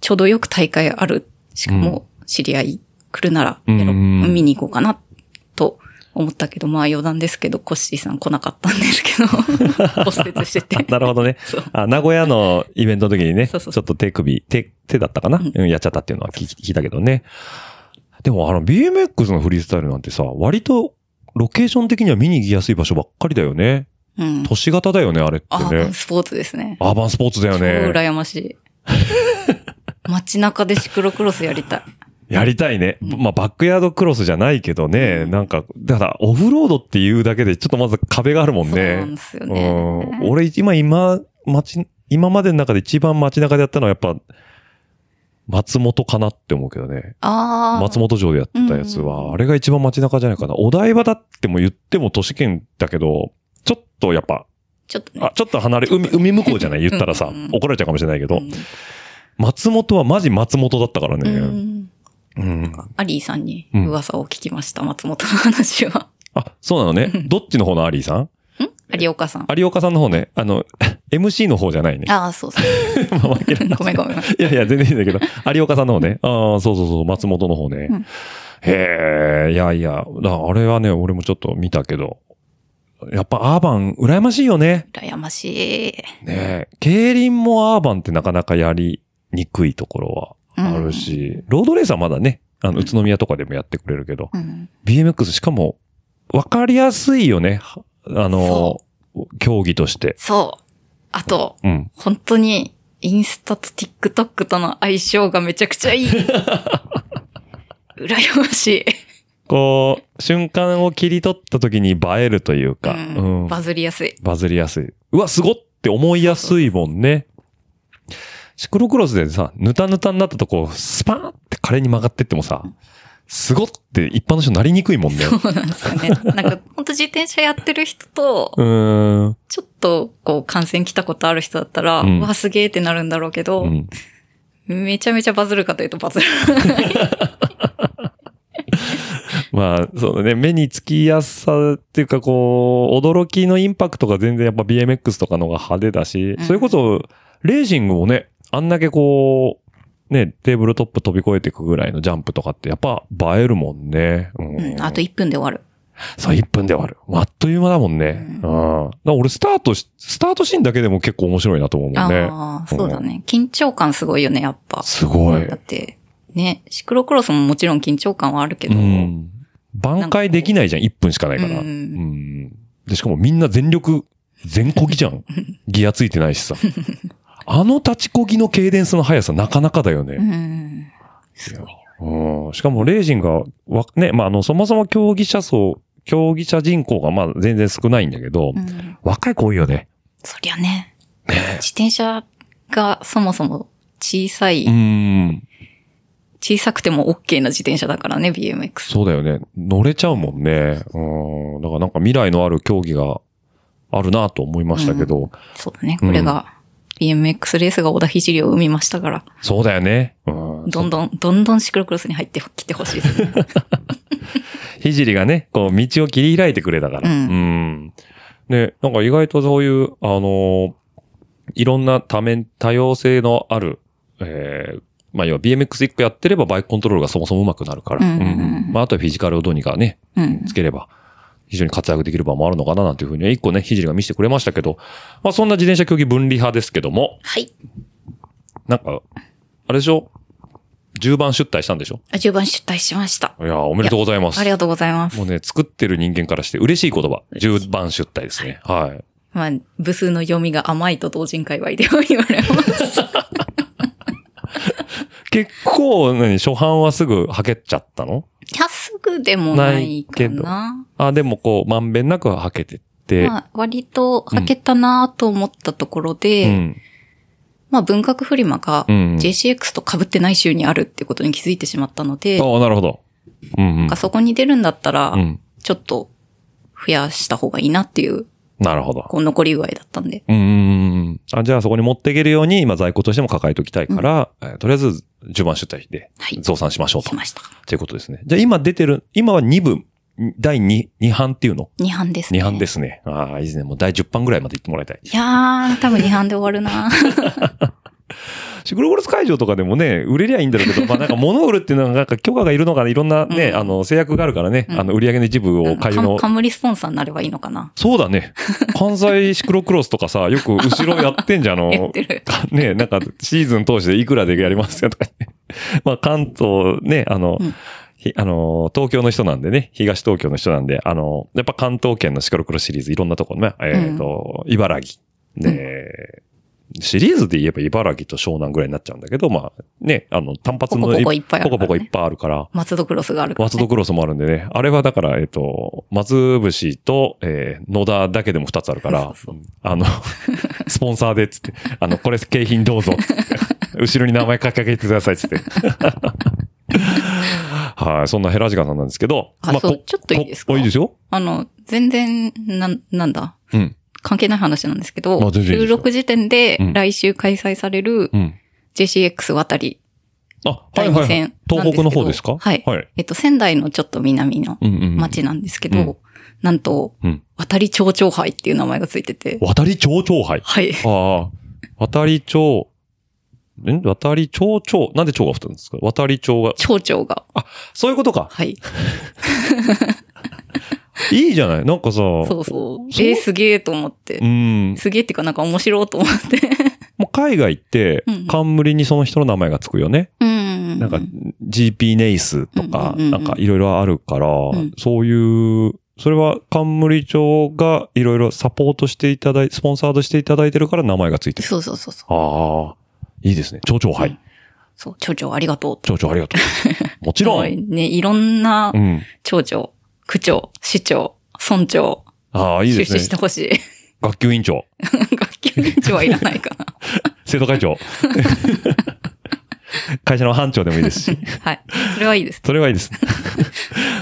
ちょうどよく大会ある。しかも知り合い来るならやろ、
うんうん
見に行こうかなと思ったけど、まあ余談ですけど、コッシーさん来なかったんです
[laughs]
けど、骨折してて。
なるほどね
そう。
あ、名古屋のイベントの時にね、
そうそうそ
ちょっと手首、手、手だったかな、
うん
うん、やっちゃったっていうのは聞き聞いたけどね。でもあの BMX のフリースタイルなんてさ、割とロケーション的には見に行きやすい場所ばっかりだよね。
うん。
都市型だよね、あれって
あ
ね。
スポーツですね。
アーバンスポーツだよ
超
ね。
羨まし
[laughs]
い。街中でシクロクロスやりたい。
やりたいね。
うん
まあ、バックヤードクロスじゃないけどね。なんか、だから、オフロードっていうだけで、ちょっとまず壁があるもん
そうな
ね
ん。ですよ
うん
ね。
俺、今、今、街、今までの中で一番街中でやったのは、やっぱ、松本かなって思うけどね。
ああ。
松本城でやってたやつ
うんう
は、
ん
あれが一番街中じゃないかな。お台場だっても言っても都市圏だけど、ちょっとやっぱ、
ちょっとね
あ。ちょっと離れ、海、海向こうじゃない言ったらさ
うんうんう、ん
怒られちゃうかもしれないけど、
うん
松本はマジ松本だったから
う
ね。
ん
うん。
アリーさんに噂を聞きました、松本の話は。
あ、そうなの
[laughs]
ね。どっちの方のアリーさん
有岡さん。
有岡さんの方ね。あの、MC [laughs] の方じゃないね。
ああ、そう
[laughs]
そう。
まあまあいらない
ごめんごめん。
[laughs] いやいや、全然いいんだけど。有岡さんの方ね。ああ、そうそうそう、松本の方ね。
うん
へえ、いやいや、だあれはね、俺もちょっと見たけど。やっぱアーバン、羨ましいよね。
羨ましい。
ねえ。競輪もアーバンってなかなかやりにくいところ
うん
はあるし、ロードレースはまだね、あの、宇都宮とかでもやってくれるけど、
うん。
BMX しかも、わかりやすいよね。はあの
そ、
競技として。
そう。あと、
うん。
本当に、インスタと TikTok との相性がめちゃくち
[laughs]
ゃいい。羨ましい。
こう、瞬間を切り取った時に映えるというか、
うん
うん
バズりやすい。
バズりやすい。うわ、すごっって思いやすいもんね。シクロクロスでさ、ヌタヌタになったとこ、スパーンって華麗に曲がってってもさ、すごっって一般の人なりにくい
[laughs]
もんね。
そうなんです
[laughs]
よね。なんか、本当自転車やってる人と
う、ーん。
ちょっと、こう、観戦来たことある人だったら、
うん
わあ、すげえってなるんだろうけど、
うん
めちゃめちゃバズるかというとバズる。
まあ、そうだね。目につきやすさっていうか、こう、驚きのインパクトが全然やっぱ BMX とかの方が派手だし、
うん
それこそ、レーシングもね、あんだけこう、ね、テーブルトップ飛び越えていくぐらいのジャンプとかってやっぱ映えるもんね。うん
うん、あと1分で終わる。
そう、1分で終わる。あっという間だもんね。うん。だから俺、スタートし、スタートシーンだけでも結構面白いなと思うもんね。
ああ、そうだね。緊張感すごいよね、やっぱ。
すごい
だっ。て、ね、シクロクロスももちろん緊張感はあるけ
う
ど、
ん。挽回できないじゃん、1分しかないから。
う
うんん。で、しかもみんな全力、全こぎじゃ [laughs] ん。ギアついてないしさ。あの立ちこぎのケイデンスの速さなかなかだよね。
うん。すごい。
うん。しかも、レージンが、わ、ね、まあ、あの、そもそも競技者層、競技者人口がまあ全然少ないんだけど、
うん。
若い子多いよね。
そりゃね、自転車がそもそも小さい、
うん。
小さくても OK な自転車だからね、BMX。
そうだよね。乗れちゃうもんね。うん。だからなんか未来のある競技があるなと思いましたけど、
そうだね、これが。BMX レースが小田聖を生みましたから、
そうだよね。うん。
どんどん、どんどんシクロクロスに入ってきてほしいで
[laughs]
すね。
ひじりがね、こう道を切り開いてくれたから。
うん
んね、なんか意外とそういう、あのーいろんな多面、多様性のある、えーまあ、要は BMX 一個やってればバイクコントロールがそもそも上手くなるから。
うんうんうん
まあ、あとはフィジカルをどうにかね、
うん。
つければ、非常に活躍できる場もあるのかななんていうふうに、一個ね、ひじりが見せてくれましたけど、まあそんな自転車競技分離派ですけども、
はい。
なんか、あれでしょ ?10 番出退したんでしょ
あ10番出退しました。
いやーおめでとうございます。
ありがとうございます。
もうね、作ってる人間からして嬉しい言葉。10番出退ですね。はい。
まあ、部数の読みが甘いと同人界隈では言われ
[laughs]
ます。
結構、何、初版はすぐはけちゃったの
キャスグでもないかな。
あ、でもこう、まんべんなくはけてって。
まあ、割と履けたなと思ったところで、
うん。
まあ文学フリマが
うんうん
JCX と被ってない週にあるってことに気づいてしまったので、
ああ、なるほど。うん、うん
なんか。そこに出るんだったら
う、ん。
ちょっと増やした方がいいなっていう、
なるほど。
こう残り具合だったんで。
うんうんうんうん。あ、じゃあそこに持っていけるように、今在庫としても抱えておきたいから、えーとりあえず10万出退で
はい
増産しましょうと。
しました。
ということですね。じゃあ今出てる、今は2部、第2、2版っていうの
2班ですね。。
?2 版ですすね。ああ、いいですね。もう第10版ぐらいまで行ってもらいたい。
いやー、多分2班で終わるな
シクロゴルス会場とかでもね、売れりゃいいんだろうけ
[laughs]
ど、まあなんか物を売るっていうのはなんか許可がいるのかな、いろんなね、
うん
あの制約があるからね、
うん
あの売り上げの一部を
カ
会
ム
の。
冠スポンサーになればいいのかな。
そうだね。関西シクロクロスとかさ、よく後ろやってんじゃん、あ
[laughs] やっ
の
てる、
[laughs] ね、なんかシーズン通していくらでやりますよとか言って。 [laughs] まあ関東ね、あの、
うん
ひあの、東京の人なんでね、東東京の人なんで、あの、やっぱ関東圏のシクロクロスシリーズいろんなところね、えっ、と、茨城。で、シリーズで言えば茨城と湘南ぐらいになっちゃうんだけど、まあね、あの、単発の
ポコポコいっぱいあるからね
ポコポコいっぱいあるから、
松戸クロスがあるから、
松
ね
戸。クロスもあるんでね。あれはだから、えっと、松節と、えー野田だけでも二つある
[laughs]
から、あの、スポンサーでっつって、あの、これ景品ど
[laughs]
うぞっつって。後ろに名前書き上げてくださいっつって。はい、そんなヘラジカさんなんですけど。
あそうちょっといいですか
ここいいですよ。
あの、全然、なん、なんだ。
うん。
関係ない話なんですけど、
まあ全然いいですよ
16時点で
うん
来週開催される
うん。
JCX 渡り、
あ、はいはい、
第二
は
戦なんで。
い
すけど
東北の方ですか
はい
はい。
えっと、仙台のちょっと南の
うんうんうん。
町なんですけど、
うん
なんと、
うん
渡り町長杯っていう名前がついてて、
渡り町長杯。
はい。
ああ。渡り町、ん渡り町長。なんで町が太るんですか渡り町が。
町長が、
そういうことか。
はい。
いいじゃないなんかさ、
そううそう。
そう
えー、すげえと思って。
ん。
すげえっていうかなんか面白いと思って。
もう海外って
うんうん、
冠にその人の名前がつくよね。
うん。
なんか、GP ネイスとか、
うんうんうん
な
うん
んかいろいろあるから、
ん
そういう、それは冠町がいろいろサポートしていただい、スポンサードしていただいてるから名前がついてる。
そうそうそうそう。
ああ、いいですね。町長は
うん
い。
そう、町長ありがとうって。
町長ありがとう。も
[laughs]
ちろ
すごい
ん。
ね、いろんな
うん。
町長、区長、市長、村長、
ああ、いいで
出
す
資して
ね。
ほしい。
学級委員長、
学級委員長はいらないか
[laughs]
な。
生徒会
[laughs]
長。会社の班長でもいいですし。
はい。それはいいです。
それはいい [laughs] です。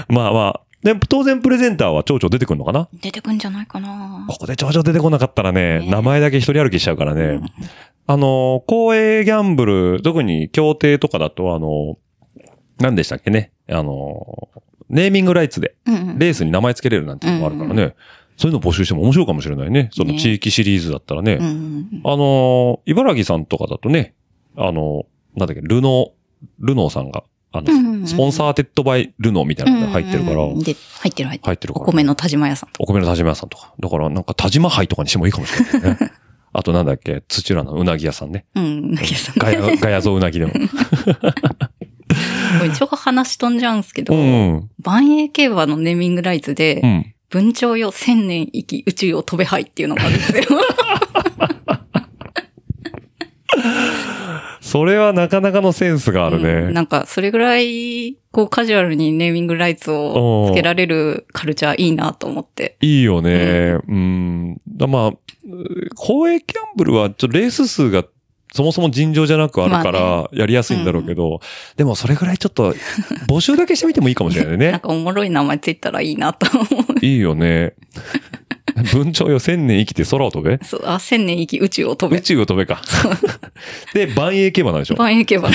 まあまあ。で、当然プレゼンターは町長出てくるのかな
出てくんじゃないかな
ここで町長出てこなかったらね、
ね
名前だけ一人歩きしちゃうからね。
うん
あの、公営ギャンブル、特に協定とかだと、あの、何でしたっけね。あの、ネーミングライツで、
うんうん。
レースに名前つけれるなんていうのもあるからね。そういうの募集しても面白いかもしれないね。その
ね
地域シリーズだったらね。
うんうん
あの、茨城さんとかだとね、あの、なんだっけ、ルノー、ルノーさんが、あの、
うんうんうん
スポンサーテッドバイルノーみたいなのが入ってるから、
うんうんうんで、入ってる入ってる。
入ってるか
お
ら、
米の田島屋さんと
お米の田島屋さんとか。だから、なんか田島杯とかにしてもいいかもし
[laughs]
れないね。あとなんだっけ、土浦のうなぎ屋さんね。
か。うん、なぎさん。[laughs]
ガヤ、ガヤゾウなぎでも。
これちょっと話飛んじゃうんすけ
う
ど、
ん。
万栄競馬のネーミングライツで、
うん。
文鳥よ千年生き宇宙よ飛べはいっていうのがあるんですよ。
それはなかなかのセンス [laughs] がある
う
ね。
んなんか、それぐらい、こう、カジュアルにネーミングライツをつけられるカルチャーいいなと思って。
いいよね。うん。だまあ、公営キャンブルはちょっとレース数がそもそも尋常じゃなくあるか
ま
らやりやすいんだろうけど、でもそれぐらいちょっと募集だけしてみてもいいかもしれない
なん
ね。
かおも [laughs] ろい名前ついたらいいなと思う。
いいよね。文鳥よ千年生きて空を飛べ
そうあ、千年生き宇宙を飛
宇
べ。
宙を飛べか。 [laughs] で、万栄競馬なんでしょ
万栄競馬。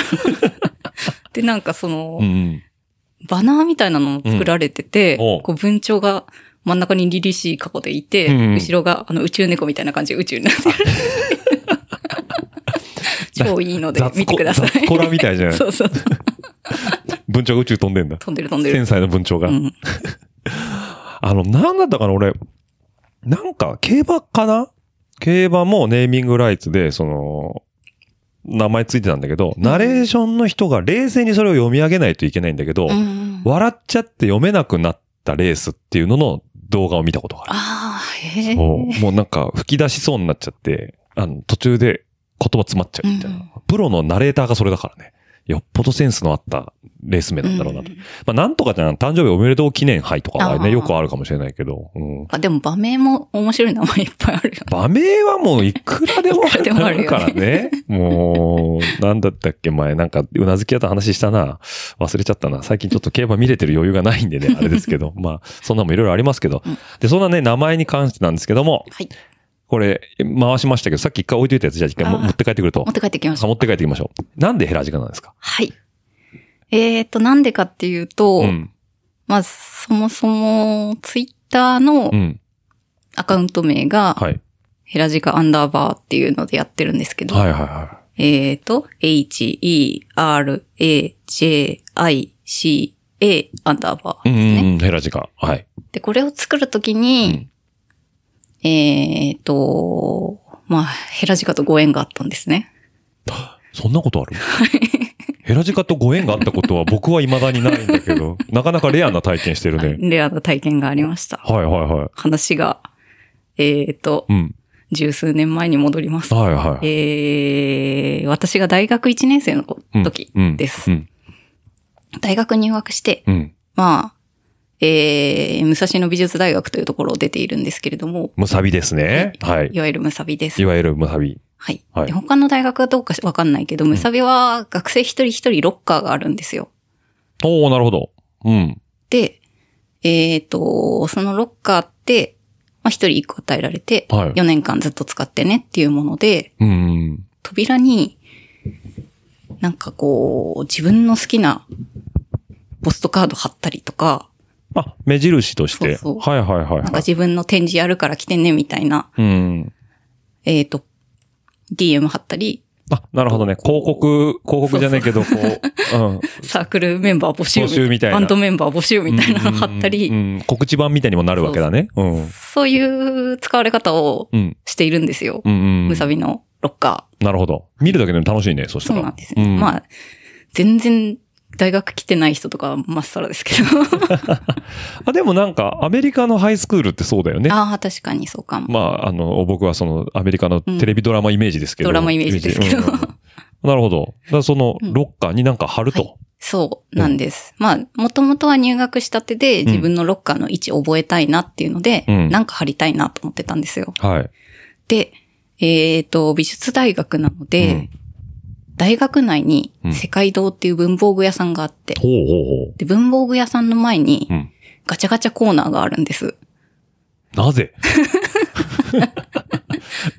で、なんかその、
うん。
バナーみたいなのも作られてて、
うんおう
こう文鳥が真ん中に凛々しい過去でいて、
うんうん
後ろがあの宇宙猫みたいな感じで宇宙になってる。
[laughs]
超いいので見てください。
雑コラみたいじゃな
[laughs]
い
そう
[laughs]
そう。
文鳥が宇宙飛んでんだ。
飛んでる飛んでる。
繊細な文鳥が。
うん
あの、なんだったかな、俺。なんか、競馬かな競馬もネーミングライツで、その、名前ついてたんだけど、ナレーションの人が冷静にそれを読み上げないといけないんだけど、
うん
笑っちゃって読めなくなったレースっていうのの動画を見たことがある。
ああ、へへえ。
そうもうなんか吹き出しそうになっちゃって、あの、途中で言葉詰まっちゃうみたいな。
うん
プロのナレーターがそれだからね。よっぽどセンスのあったレース名なんだろうなと。まあなんとかじゃん、誕生日おめでとう記念杯とかは
あー
ね、よくあるかもしれないけど。うん
あでも場名も面白い名前いっぱいある
[laughs]
よ。
場名はもういくらでも
いくら [laughs] でもあるよね
からね。もう、なんだったっけ前、なんか、うなずき屋と話したな。忘れちゃったな。最近ちょっと競馬見れてる余裕がないんで
[laughs]
ね、あれですけど。まあ、そんなのもいろいろありますけど
うん。
で、そんなね、名前に関してなんですけども、
はい。
これ、回しましたけど、さっき一回置いといたやつ、じゃあ一回も
あー
持って帰ってくると
持っ。て帰ってきまし
さ
た。
持って帰っていきましょう。なんでヘラジカなんですか
はい。えーと、なんでかっていうと、
うん。
まあ、そもそも、ツイッターの
うん。
アカウント名が、
はい。
ヘラジカアンダーバーっていうのでやってるんですけど、
はいはいは
えーと、h, e, r, a, j, i, c, a アンダーバー
い。う
で
ん
すね。
うんうん、ヘラジカ。はい。
で、これを作るときに、えーと、まあ、ヘラジカとご縁があったんですね。
そんなことあるヘラジカとご縁があったことは僕は未だにないんだけ
[laughs]
ど、なかなかレアな体験してるね。
レアな体験がありました。
はいはいはい。
話が、えーと
う、ん。
十数年前に戻ります。
はいはい。
えー、私が大学1年生の
うん
時
うん
です。
うん。
大学入学して、
うん。
まあ、えー、武蔵野美術大学というところを出ているんですけれども、
むさびですね。はい。
いわゆるムサビです
い。わゆるむさび。
はい。
はい
で他の大学はどうかわかんないけど、ムサビは学生一人一人ロッカーがあるんですよ。
おー、なるほど。うん。
で、えっ、と、そのロッカーって、まあ、一人一個与えられて、
はい
4年間ずっと使ってねっていうもので、
うん。
扉に、なんかこう、自分の好きなポストカード貼ったりとか、
あ、目印として。
そうそう
はいはいはい
なんか
はい。
自分の展示やるから来てねみたいな、
うん。
えっ、と、DM 貼ったり、
あ、なるほどね。広告、広告じゃないけど、こう、うん。
サークルメンバー募集
募集みたいな
バンドメンバー募集 [laughs] みたいなの
うん
貼ったり、
うん。告知版みたいにもなるわけだね。うん。
そういう使われ方を
うん。
しているんですよ
う。んうん。
むさびのロッカ
なるほど。見るだけでも楽しいね、そ
ー。
し
そ
たら。
うなんですね。まあ、全然大学来てない人とかはまっさらですけど。
あ、でもなんか、アメリカのハイスクールってそうだよね。
[laughs] ああ、確かにそうかも。
まあ、あの、僕はその、アメリカのテレビドラマイメージですけど。
ドラマイメージですけど
イメージうんなるほど。だからその、
うん
ロッカーになんか貼る
は
と。
そうなんです。まあ、もともとは入学したてで自分のロッカーの位置覚えたいなっていうので、
うん
なんか貼りたいなと思ってたんですよ。
はい。
で、えっ、と、美術大学なので、
うん
大学内に
うん
世界堂っていう文房具屋さんがあって、
ほう
で、文房具屋さんの前
ほうほう。う
に
ん。
ガチャガチャコーナーがあるんです。 [laughs]
なぜ [laughs]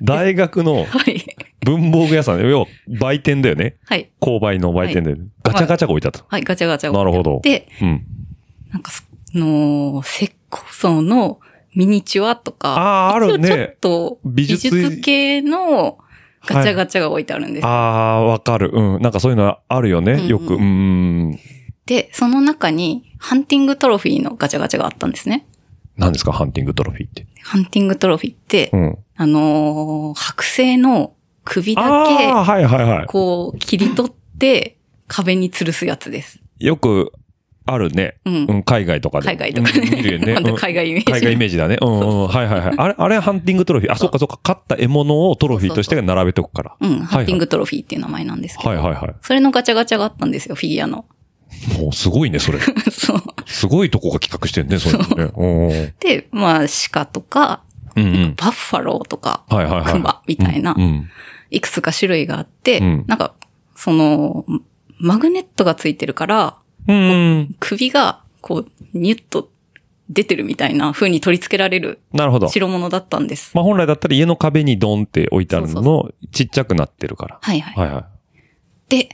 大学の
はい。
文房具屋さん、要は売店だよね。
はい。
購買の売店で、ガチャガチャが置いてあった。
はい、ガチャガチャ。
なるほど。
で、
うん。
なんかその、石膏像のミニチュアとか、
ああ、ある
一応ちょ
ね
っ。と
美
美
術
術系のガチャガチャが置いてあるんです。
ああー、わかる。うん。なんかそういうのあるよ
うんう
ね。
ん
よく。うん。
で、その中にハンティングトロフィーのガチャガチャがあったんですね。
何ですかハンティングトロフィーって。
ハンティングトロフィーって、
うん。
あのー剥製の首だ
ああ、
け、
はいはいはい。
こう切り取って壁に吊るすやつです。
よくあるね。
うん
うん、海外とかで。
海外とかで、
うん見るよ
[laughs]
ね。
なん
う
だ
ん
海外イメージ。
海外イメージだね。うんうん。はいはいはい。あれ、あれハンティングトロフィー。あ、そっかそっか。勝った獲物をトロフィーとして並べておくから。
うん、ハンティングトロフィーっていう名前なんですけど、
はいはいは
それのガチャガチャがあったんですよ、フィギュアの。 [laughs]
い。もうすごいね、それ。
そう。
すごいとこが企画してんね、それね。うん
で、まあ、鹿とか、
うん。うんうん。
バッファローとか、
はいはいはい。
クマみたいな
うんうん。
いくつか種類があって、
うん
なんか、その、マグネットがついてるから、
うん。
首が、こう、ニュッと出てるみたいな風に取り付けられる
なるほど。
代物だったんです。
まあ本来だったら家の壁にドンって置いてあるの
そ
の、ちっちゃくなってるから。
はいはい。
はいは
で、
い。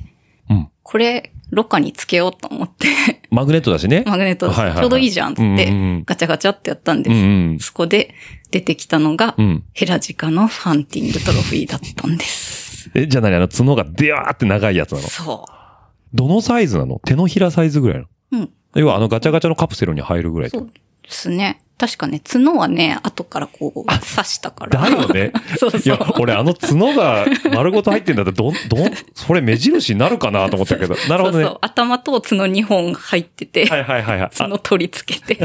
うん。
これ、ロッカーにつけようと思って、
マグネットだしね。
マグネットだし
はいはいは
ち
い
ょうどいいじゃんっつって、
うんうん
ガチャガチャってやったん
う
です。
ん
そこで出てきたのが、
うん。うん。
ヘラジカのハンティングトロフィーだったんです。
え、じゃあ何あの、角がでわーって長いやつなの
そ
どのサイズなの手のひらサイズぐらいの
う。うん。
要はあのガチャガチャのカプセルに入るぐらい
そ
と
う。ですね。確かね、角はね、後からこう、刺したから。
だよね。
[laughs] そうそう
いや、俺あの角が丸ごと入ってんだったら、どん、どん、それ目印になるかなと思ったけど。なるほどね。
そうそう。頭と角2本入ってて、
はいはいはいはい。あ
角取り付けて。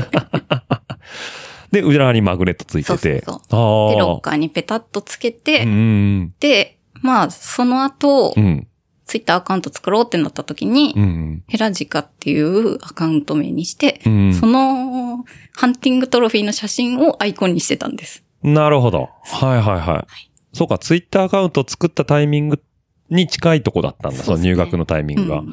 で、裏側にマグネットついてて。
そうそう
ああ。
で、ロッカーにペタッとつけて、
うん。
で、まあ、その後、
うん。
ツイッターアカウント作ろうってなった時に、
うん。
ヘラジカっていうアカウント名にして、
うん
その、ハンティングトロフィーの写真をアイコンにしてたんです。
なるほど。はいはいはい。そうか、ツイッターアカウントを作ったタイミングに近いとこだったんだ、
そ
そう
で
の
すね
入学のタイミ
う
ン
ん
グが。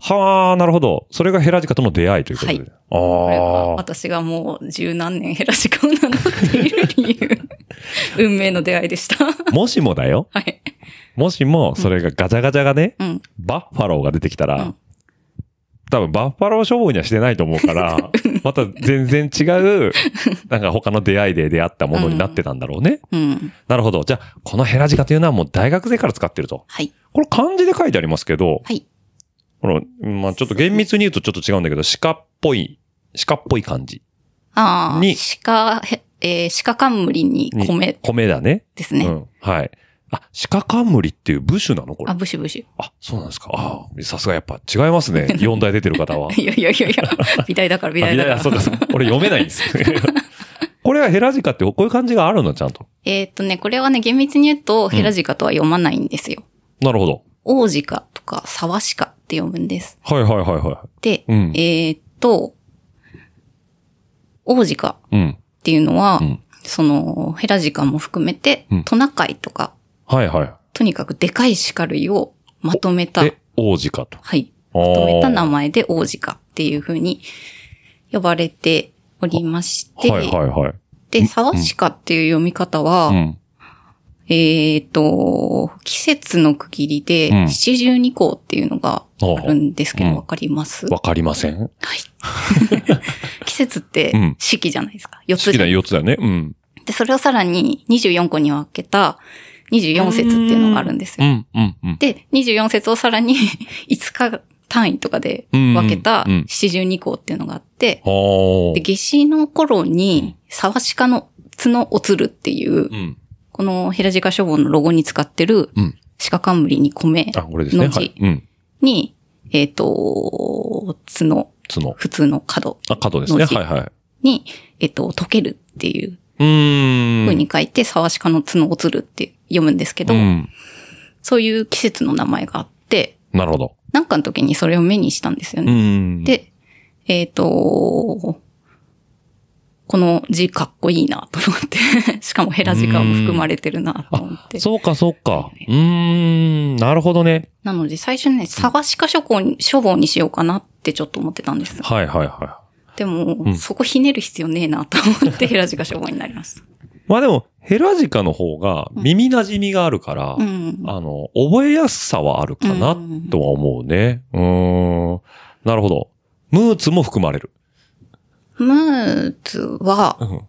はあ、なるほど。それがヘラジカとの出会いということで。
はいこれは
ああ。
私がもう十何年ヘラジカを名乗っている理
[laughs]
由。運命の出会いでした。は
もしもだよ。
い。
もしも、それがガチャガチャがね、
うん。
バッファローが出てきたら、
うん
多分バッファロー処方にはしてないと思う
[laughs]
から、また全然違う、なんか他の出会いで出会ったものになってたんだろうね。
うん。
なるほど。じゃあ、このヘラジカというのはもう大学生から使ってると。
はい。
これ漢字で書いてありますけど、
はい。
この、まあちょっと厳密に言うとちょっと違うんだけど、鹿っぽい、鹿っぽい感じ
ああ
に、
鹿、へえー、鹿冠に
に。
米
米だね。
ですね。
うん。はい。あ、鹿冠っていう部首なのこれ
あ、。ブシュブシ [laughs]
あ、そうなんですか。ああ、さすがやっぱ違いますね。4代出てる方は。
ュ。いやいやい
[laughs]
やいや、美大だから美
あ
大だか
そう
ら。
かそうか。俺読めないんです。 [laughs] これはヘラジカってこういう感じがあるのちゃんと。
えーっとね、これはね、厳密に言うと、ヘラジカとは読まないんですよ。
なるほど。
王子かとか、沢しかって読むんです。
はいはいはいは
で、
うん
えーっと、王子か
い。うん。
っていうのは、
うん
その、ヘラジカも含めて
うん、
トナカイとか、
はいは
とにかくでかい鹿類をまとめた
い。、で、王子かと。
はい、
ま
まとめた名前で王子かっていうふうに呼ばれておりまして、
はいはいはい。
で、沢鹿っていう読み方は、
うん。
えっ、と、季節の区切りで、
うん
七十二項っていうのがあるんですけ
ああう
ど、
ん
わかります、
わかりません。
はい。 [laughs] 季節って
うん
四季じゃないですか。四
好
つ
き
じゃ
なん4つだよね。うん。
で、それをさらに24個に分けた24節っていうのがあるんです
う
よ。
ん、うん、うん。
で、24節をさらに [laughs] 5日単位とかで
うん
分けた
うん
72項っていうのがあって、
は
で、夏至の頃に、沢鹿の角をつるっていう
あ。う、ん。
このヘラジカ書房のロゴに使ってる
うん、
鹿冠に米
あ、これですね。
の字
はい。うん。
に、えっ、と、角、
角。
普通の角
あ、角ですね。
の字
はいはい。
に、えっ、と、溶けるっていう
うーん。
風に書いて、沢鹿の角をつるって読むんですけど、
うん。
そういう季節の名前があって、
なるほど。
なんかの時にそれを目にしたんですよ
う
ね。
ん。、
で、えっ、と、この字かっこいいなと思って、 [laughs] しかもヘラジカも含まれてるなと思って。
そうかそうか。うーん。なるほどね。
なので最初ね、沢鹿書庫に、書房にしようかなってちょっと思ってたんです。
はいはいはい。
でも、
ん
そこひねる必要ねえなと思
[laughs]
ってヘラジカ書房になりました。
まあでも、ヘラジカの方が耳馴染みがあるから、
うん。
あの、覚えやすさはあるかな
うん
とは思うね。うーん。なるほど。ムーツも含まれる。
ムーツは、
うん。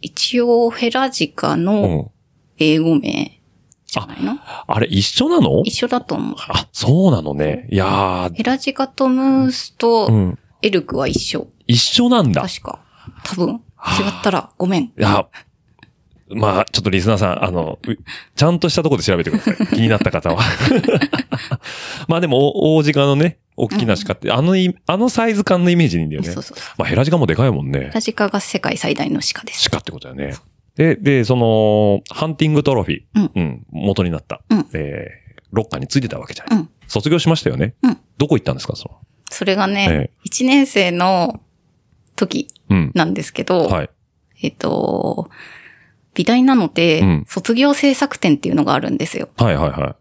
一応ヘラジカ
う
の
ん。
英語名じゃないの、
あれ、一緒なの
一緒だと思う。
あ、そうなのね。いやー。
ヘラジカとムースと、
うん。
エルクは一緒。
一緒なんだ。
確か。多分。違ったらごめん。
いや、まあ、ちょっとリスナーさん、あの、うちゃんとしたところで調べてください。気になった方は。 [laughs] まあでも、お大鹿のね、大きな鹿って、あのい、あのサイズ感のイメージにいいんだよね
そう。そうそう。
まあ、ヘラジカもでかいもんね。
ラジカが世界最大の鹿です。
鹿ってことだよね。で、で、その、ハンティングトロフィー。
うん
元になった。
うん
えーロッカーについてたわけじゃ。
うんん。
卒業しましたよね。
うん
どこ行ったんですか、その。
それが
ええ
ね、一1年生の時
うん。
なんですけど、
はい。
えっと、美大なので、
うん
卒業制作展っていうのがあるんですよ。
はいはいは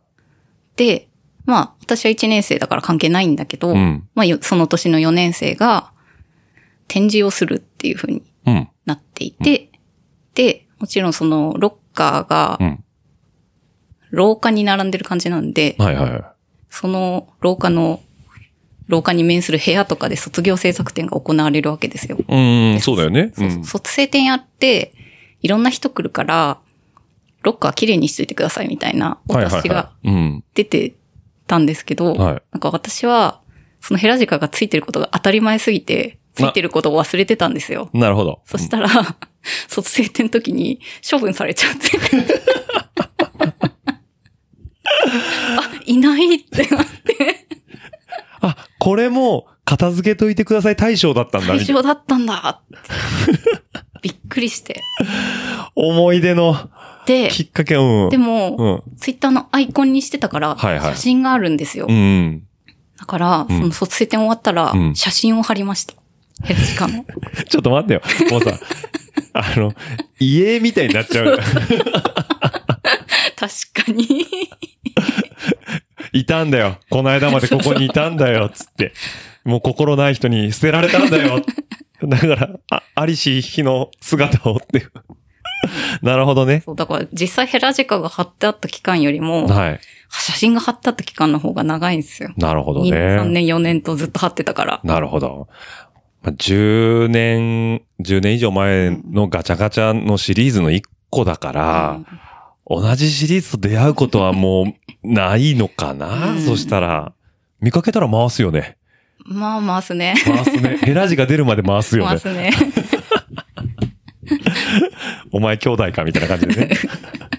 で、まあ、私は1年生だから関係ないんだけど、
い。うん。
まあ、よその年の4年生が展示をするっていう風に
うん。
なっていて、で、もちろんそのロッカーが
うん。
廊下に並んでる感じなんで、
はいはいはい。
その廊下の、廊下に面する部屋とかで卒業制作展が行われるわけですよ。
うーん、そうだよね。
そうそう卒生展やって、いろんな人来るから、ロッカー綺麗にしといてくださいみたいな、
うん。はいはいはい。
私が
うん。
出てたんですけど、
はい
なんか私は、そのヘラジカがついてることが当たり前すぎて、ついてることを忘れてたんですよ。
なるほど。
そしたら、卒生展の時に処分されちゃって。
[laughs]
あ、いないってなって
あ、これも、片付けといてください対象だったんだ。
[laughs] 対象だったんだ。びっくくりして。
思い出の
で、
きっかけ、うん。
で
う
も、
ん。
ツイッターのアイコンにしてたから、
はいはい
写真があるんですよ。
うん。
だから、
うん
その卒生展終わったら、
うん
写真を貼りました。ヘルシカ
[laughs]
の。
ちょっと待ってよ。もうさ、 [laughs] あの、家みたいになっ
[laughs]
ちゃう。
確かに。
いたんだよ。この間までここにいたんだよ。つって。もう心ない人に捨てられたんだよ。だから、あ、ありし日の姿をって。 [laughs] なるほどね。
そう、だから実際ヘラジカが貼ってあった期間よりも、
はい。
写真が貼ってあった期間の方が長いんですよ。
なるほど
2年、3
ね。
年、4年とずっと貼ってたから。
なるほど。まあ10年、10年以上前のガチャガチャのシリーズの1個だから、同じシリーズと出会うことはもうないのかな、
うん
そしたら、見かけたら回すよね。
うんまあ、回すね。
回すね。ヘラジが出るまで回すよね
回。すね。
お前兄弟かみたいな感じでね。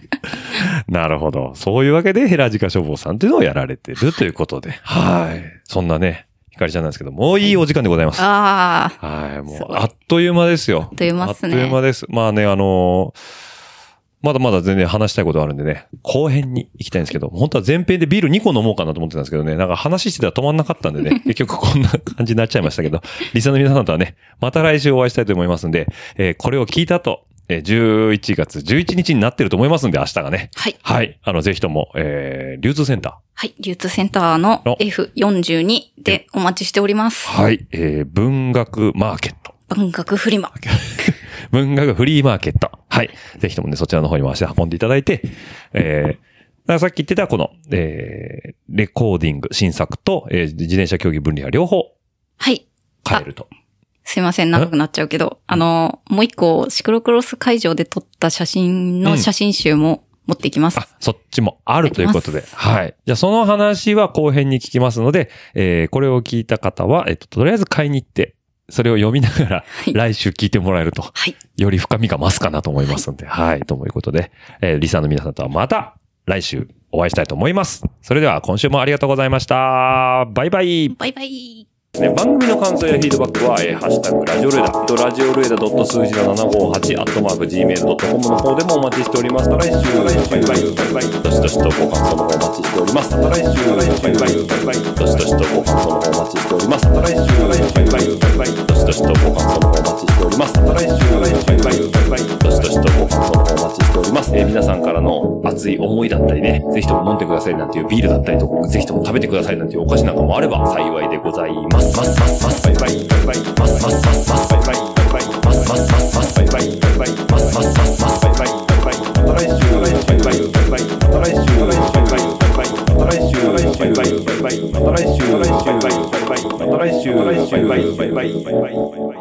[laughs] なるほど。そういうわけで、ヘラジカ消防さんっていうのをやられてるということで。はい。そんなね、ひかりちゃんなんですけど、もういいお時間でございます。
ああ、
はい。も
す
う、
ごい
あっという間ですよ。あっ
という間っすね
あっという間です。まあね、あのーまだまだ全然話したいことあるんでね、後編に行きたいんですけど、本当は前編でビール2個飲もうかなと思ってたんですけどね、なんか話してたら止まんなかったんで
[laughs]
ね、結局こんな感じになっちゃいましたけど、リスナーの皆さんとはね、また来週お会いしたいと思いますんで、えーこれを聞いた後、えー11月11日になってると思いますんで、明日がね。
はい。
はい。あの、ぜひとも、えー、流通センター。
はい。流通センターの
お
F42 でお待ちしております。
はい。えー、文学マーケット。
文学フリマ。
文学フリーマーケット。はい。ぜひともね、そちらの方にも足を運んでいただいて、えー、だからさっき言ってたこの、えー、レコーディング、新作と、えー、自転車競技分離は両方
はい。
買えると。
すいません、長くなっちゃうけど、あの、もう一個、シクロクロス会場で撮った写真
うん
の写真集も持っていきます。
あ、そっちもあるということで
あ。ります
はい。じゃあその話は後編に聞きますので、えー、これを聞いた方は、えっと、とりあえず買いに行って、それを読みながら、
い
来週聞いてもらえると、
はい。
より深みが増すかなと思いますので、はい。ということで、えー、リサの皆さんとはまた来週お会いしたいと思います。それでは今週もありがとうございました。バイバイ。
バイバイ。
ね、番組の感想やフィードバックは、えーハッシュタグラジオルエダ、えっとラジオルエダ数字の758、アットマーク Gmail.com の方でもお待ちしております。また来週、バイバイ、バイバイ、どしどしとご感想の方お待ちしております。また来週、バイバイ、バイバイ、どしどしとご感想の方お待ちしております。また来週、バイバイ、バイバイ、どしどしとご感想の方お待ちしております。また来週、バイバイ、バイバイ、どしどしとご感想の方お待ちしております。えー皆さんからの熱い思いだったりね、ぜひとも飲んでくださいなんていうビールだったりとか、ぜひとも食べてくださいなんていうお菓子なんかもあれば幸いでございます。ますますますバイバイバイバイますますますますバイバイバイバイますますますますバイバイバイバイますますますますバイバイバイバイまた来週バイバイバイバイまた来週バイバイバイバイまた来週バイバイバイバイまた来週バイバイバイバイまた来週バイバイバイバイバイ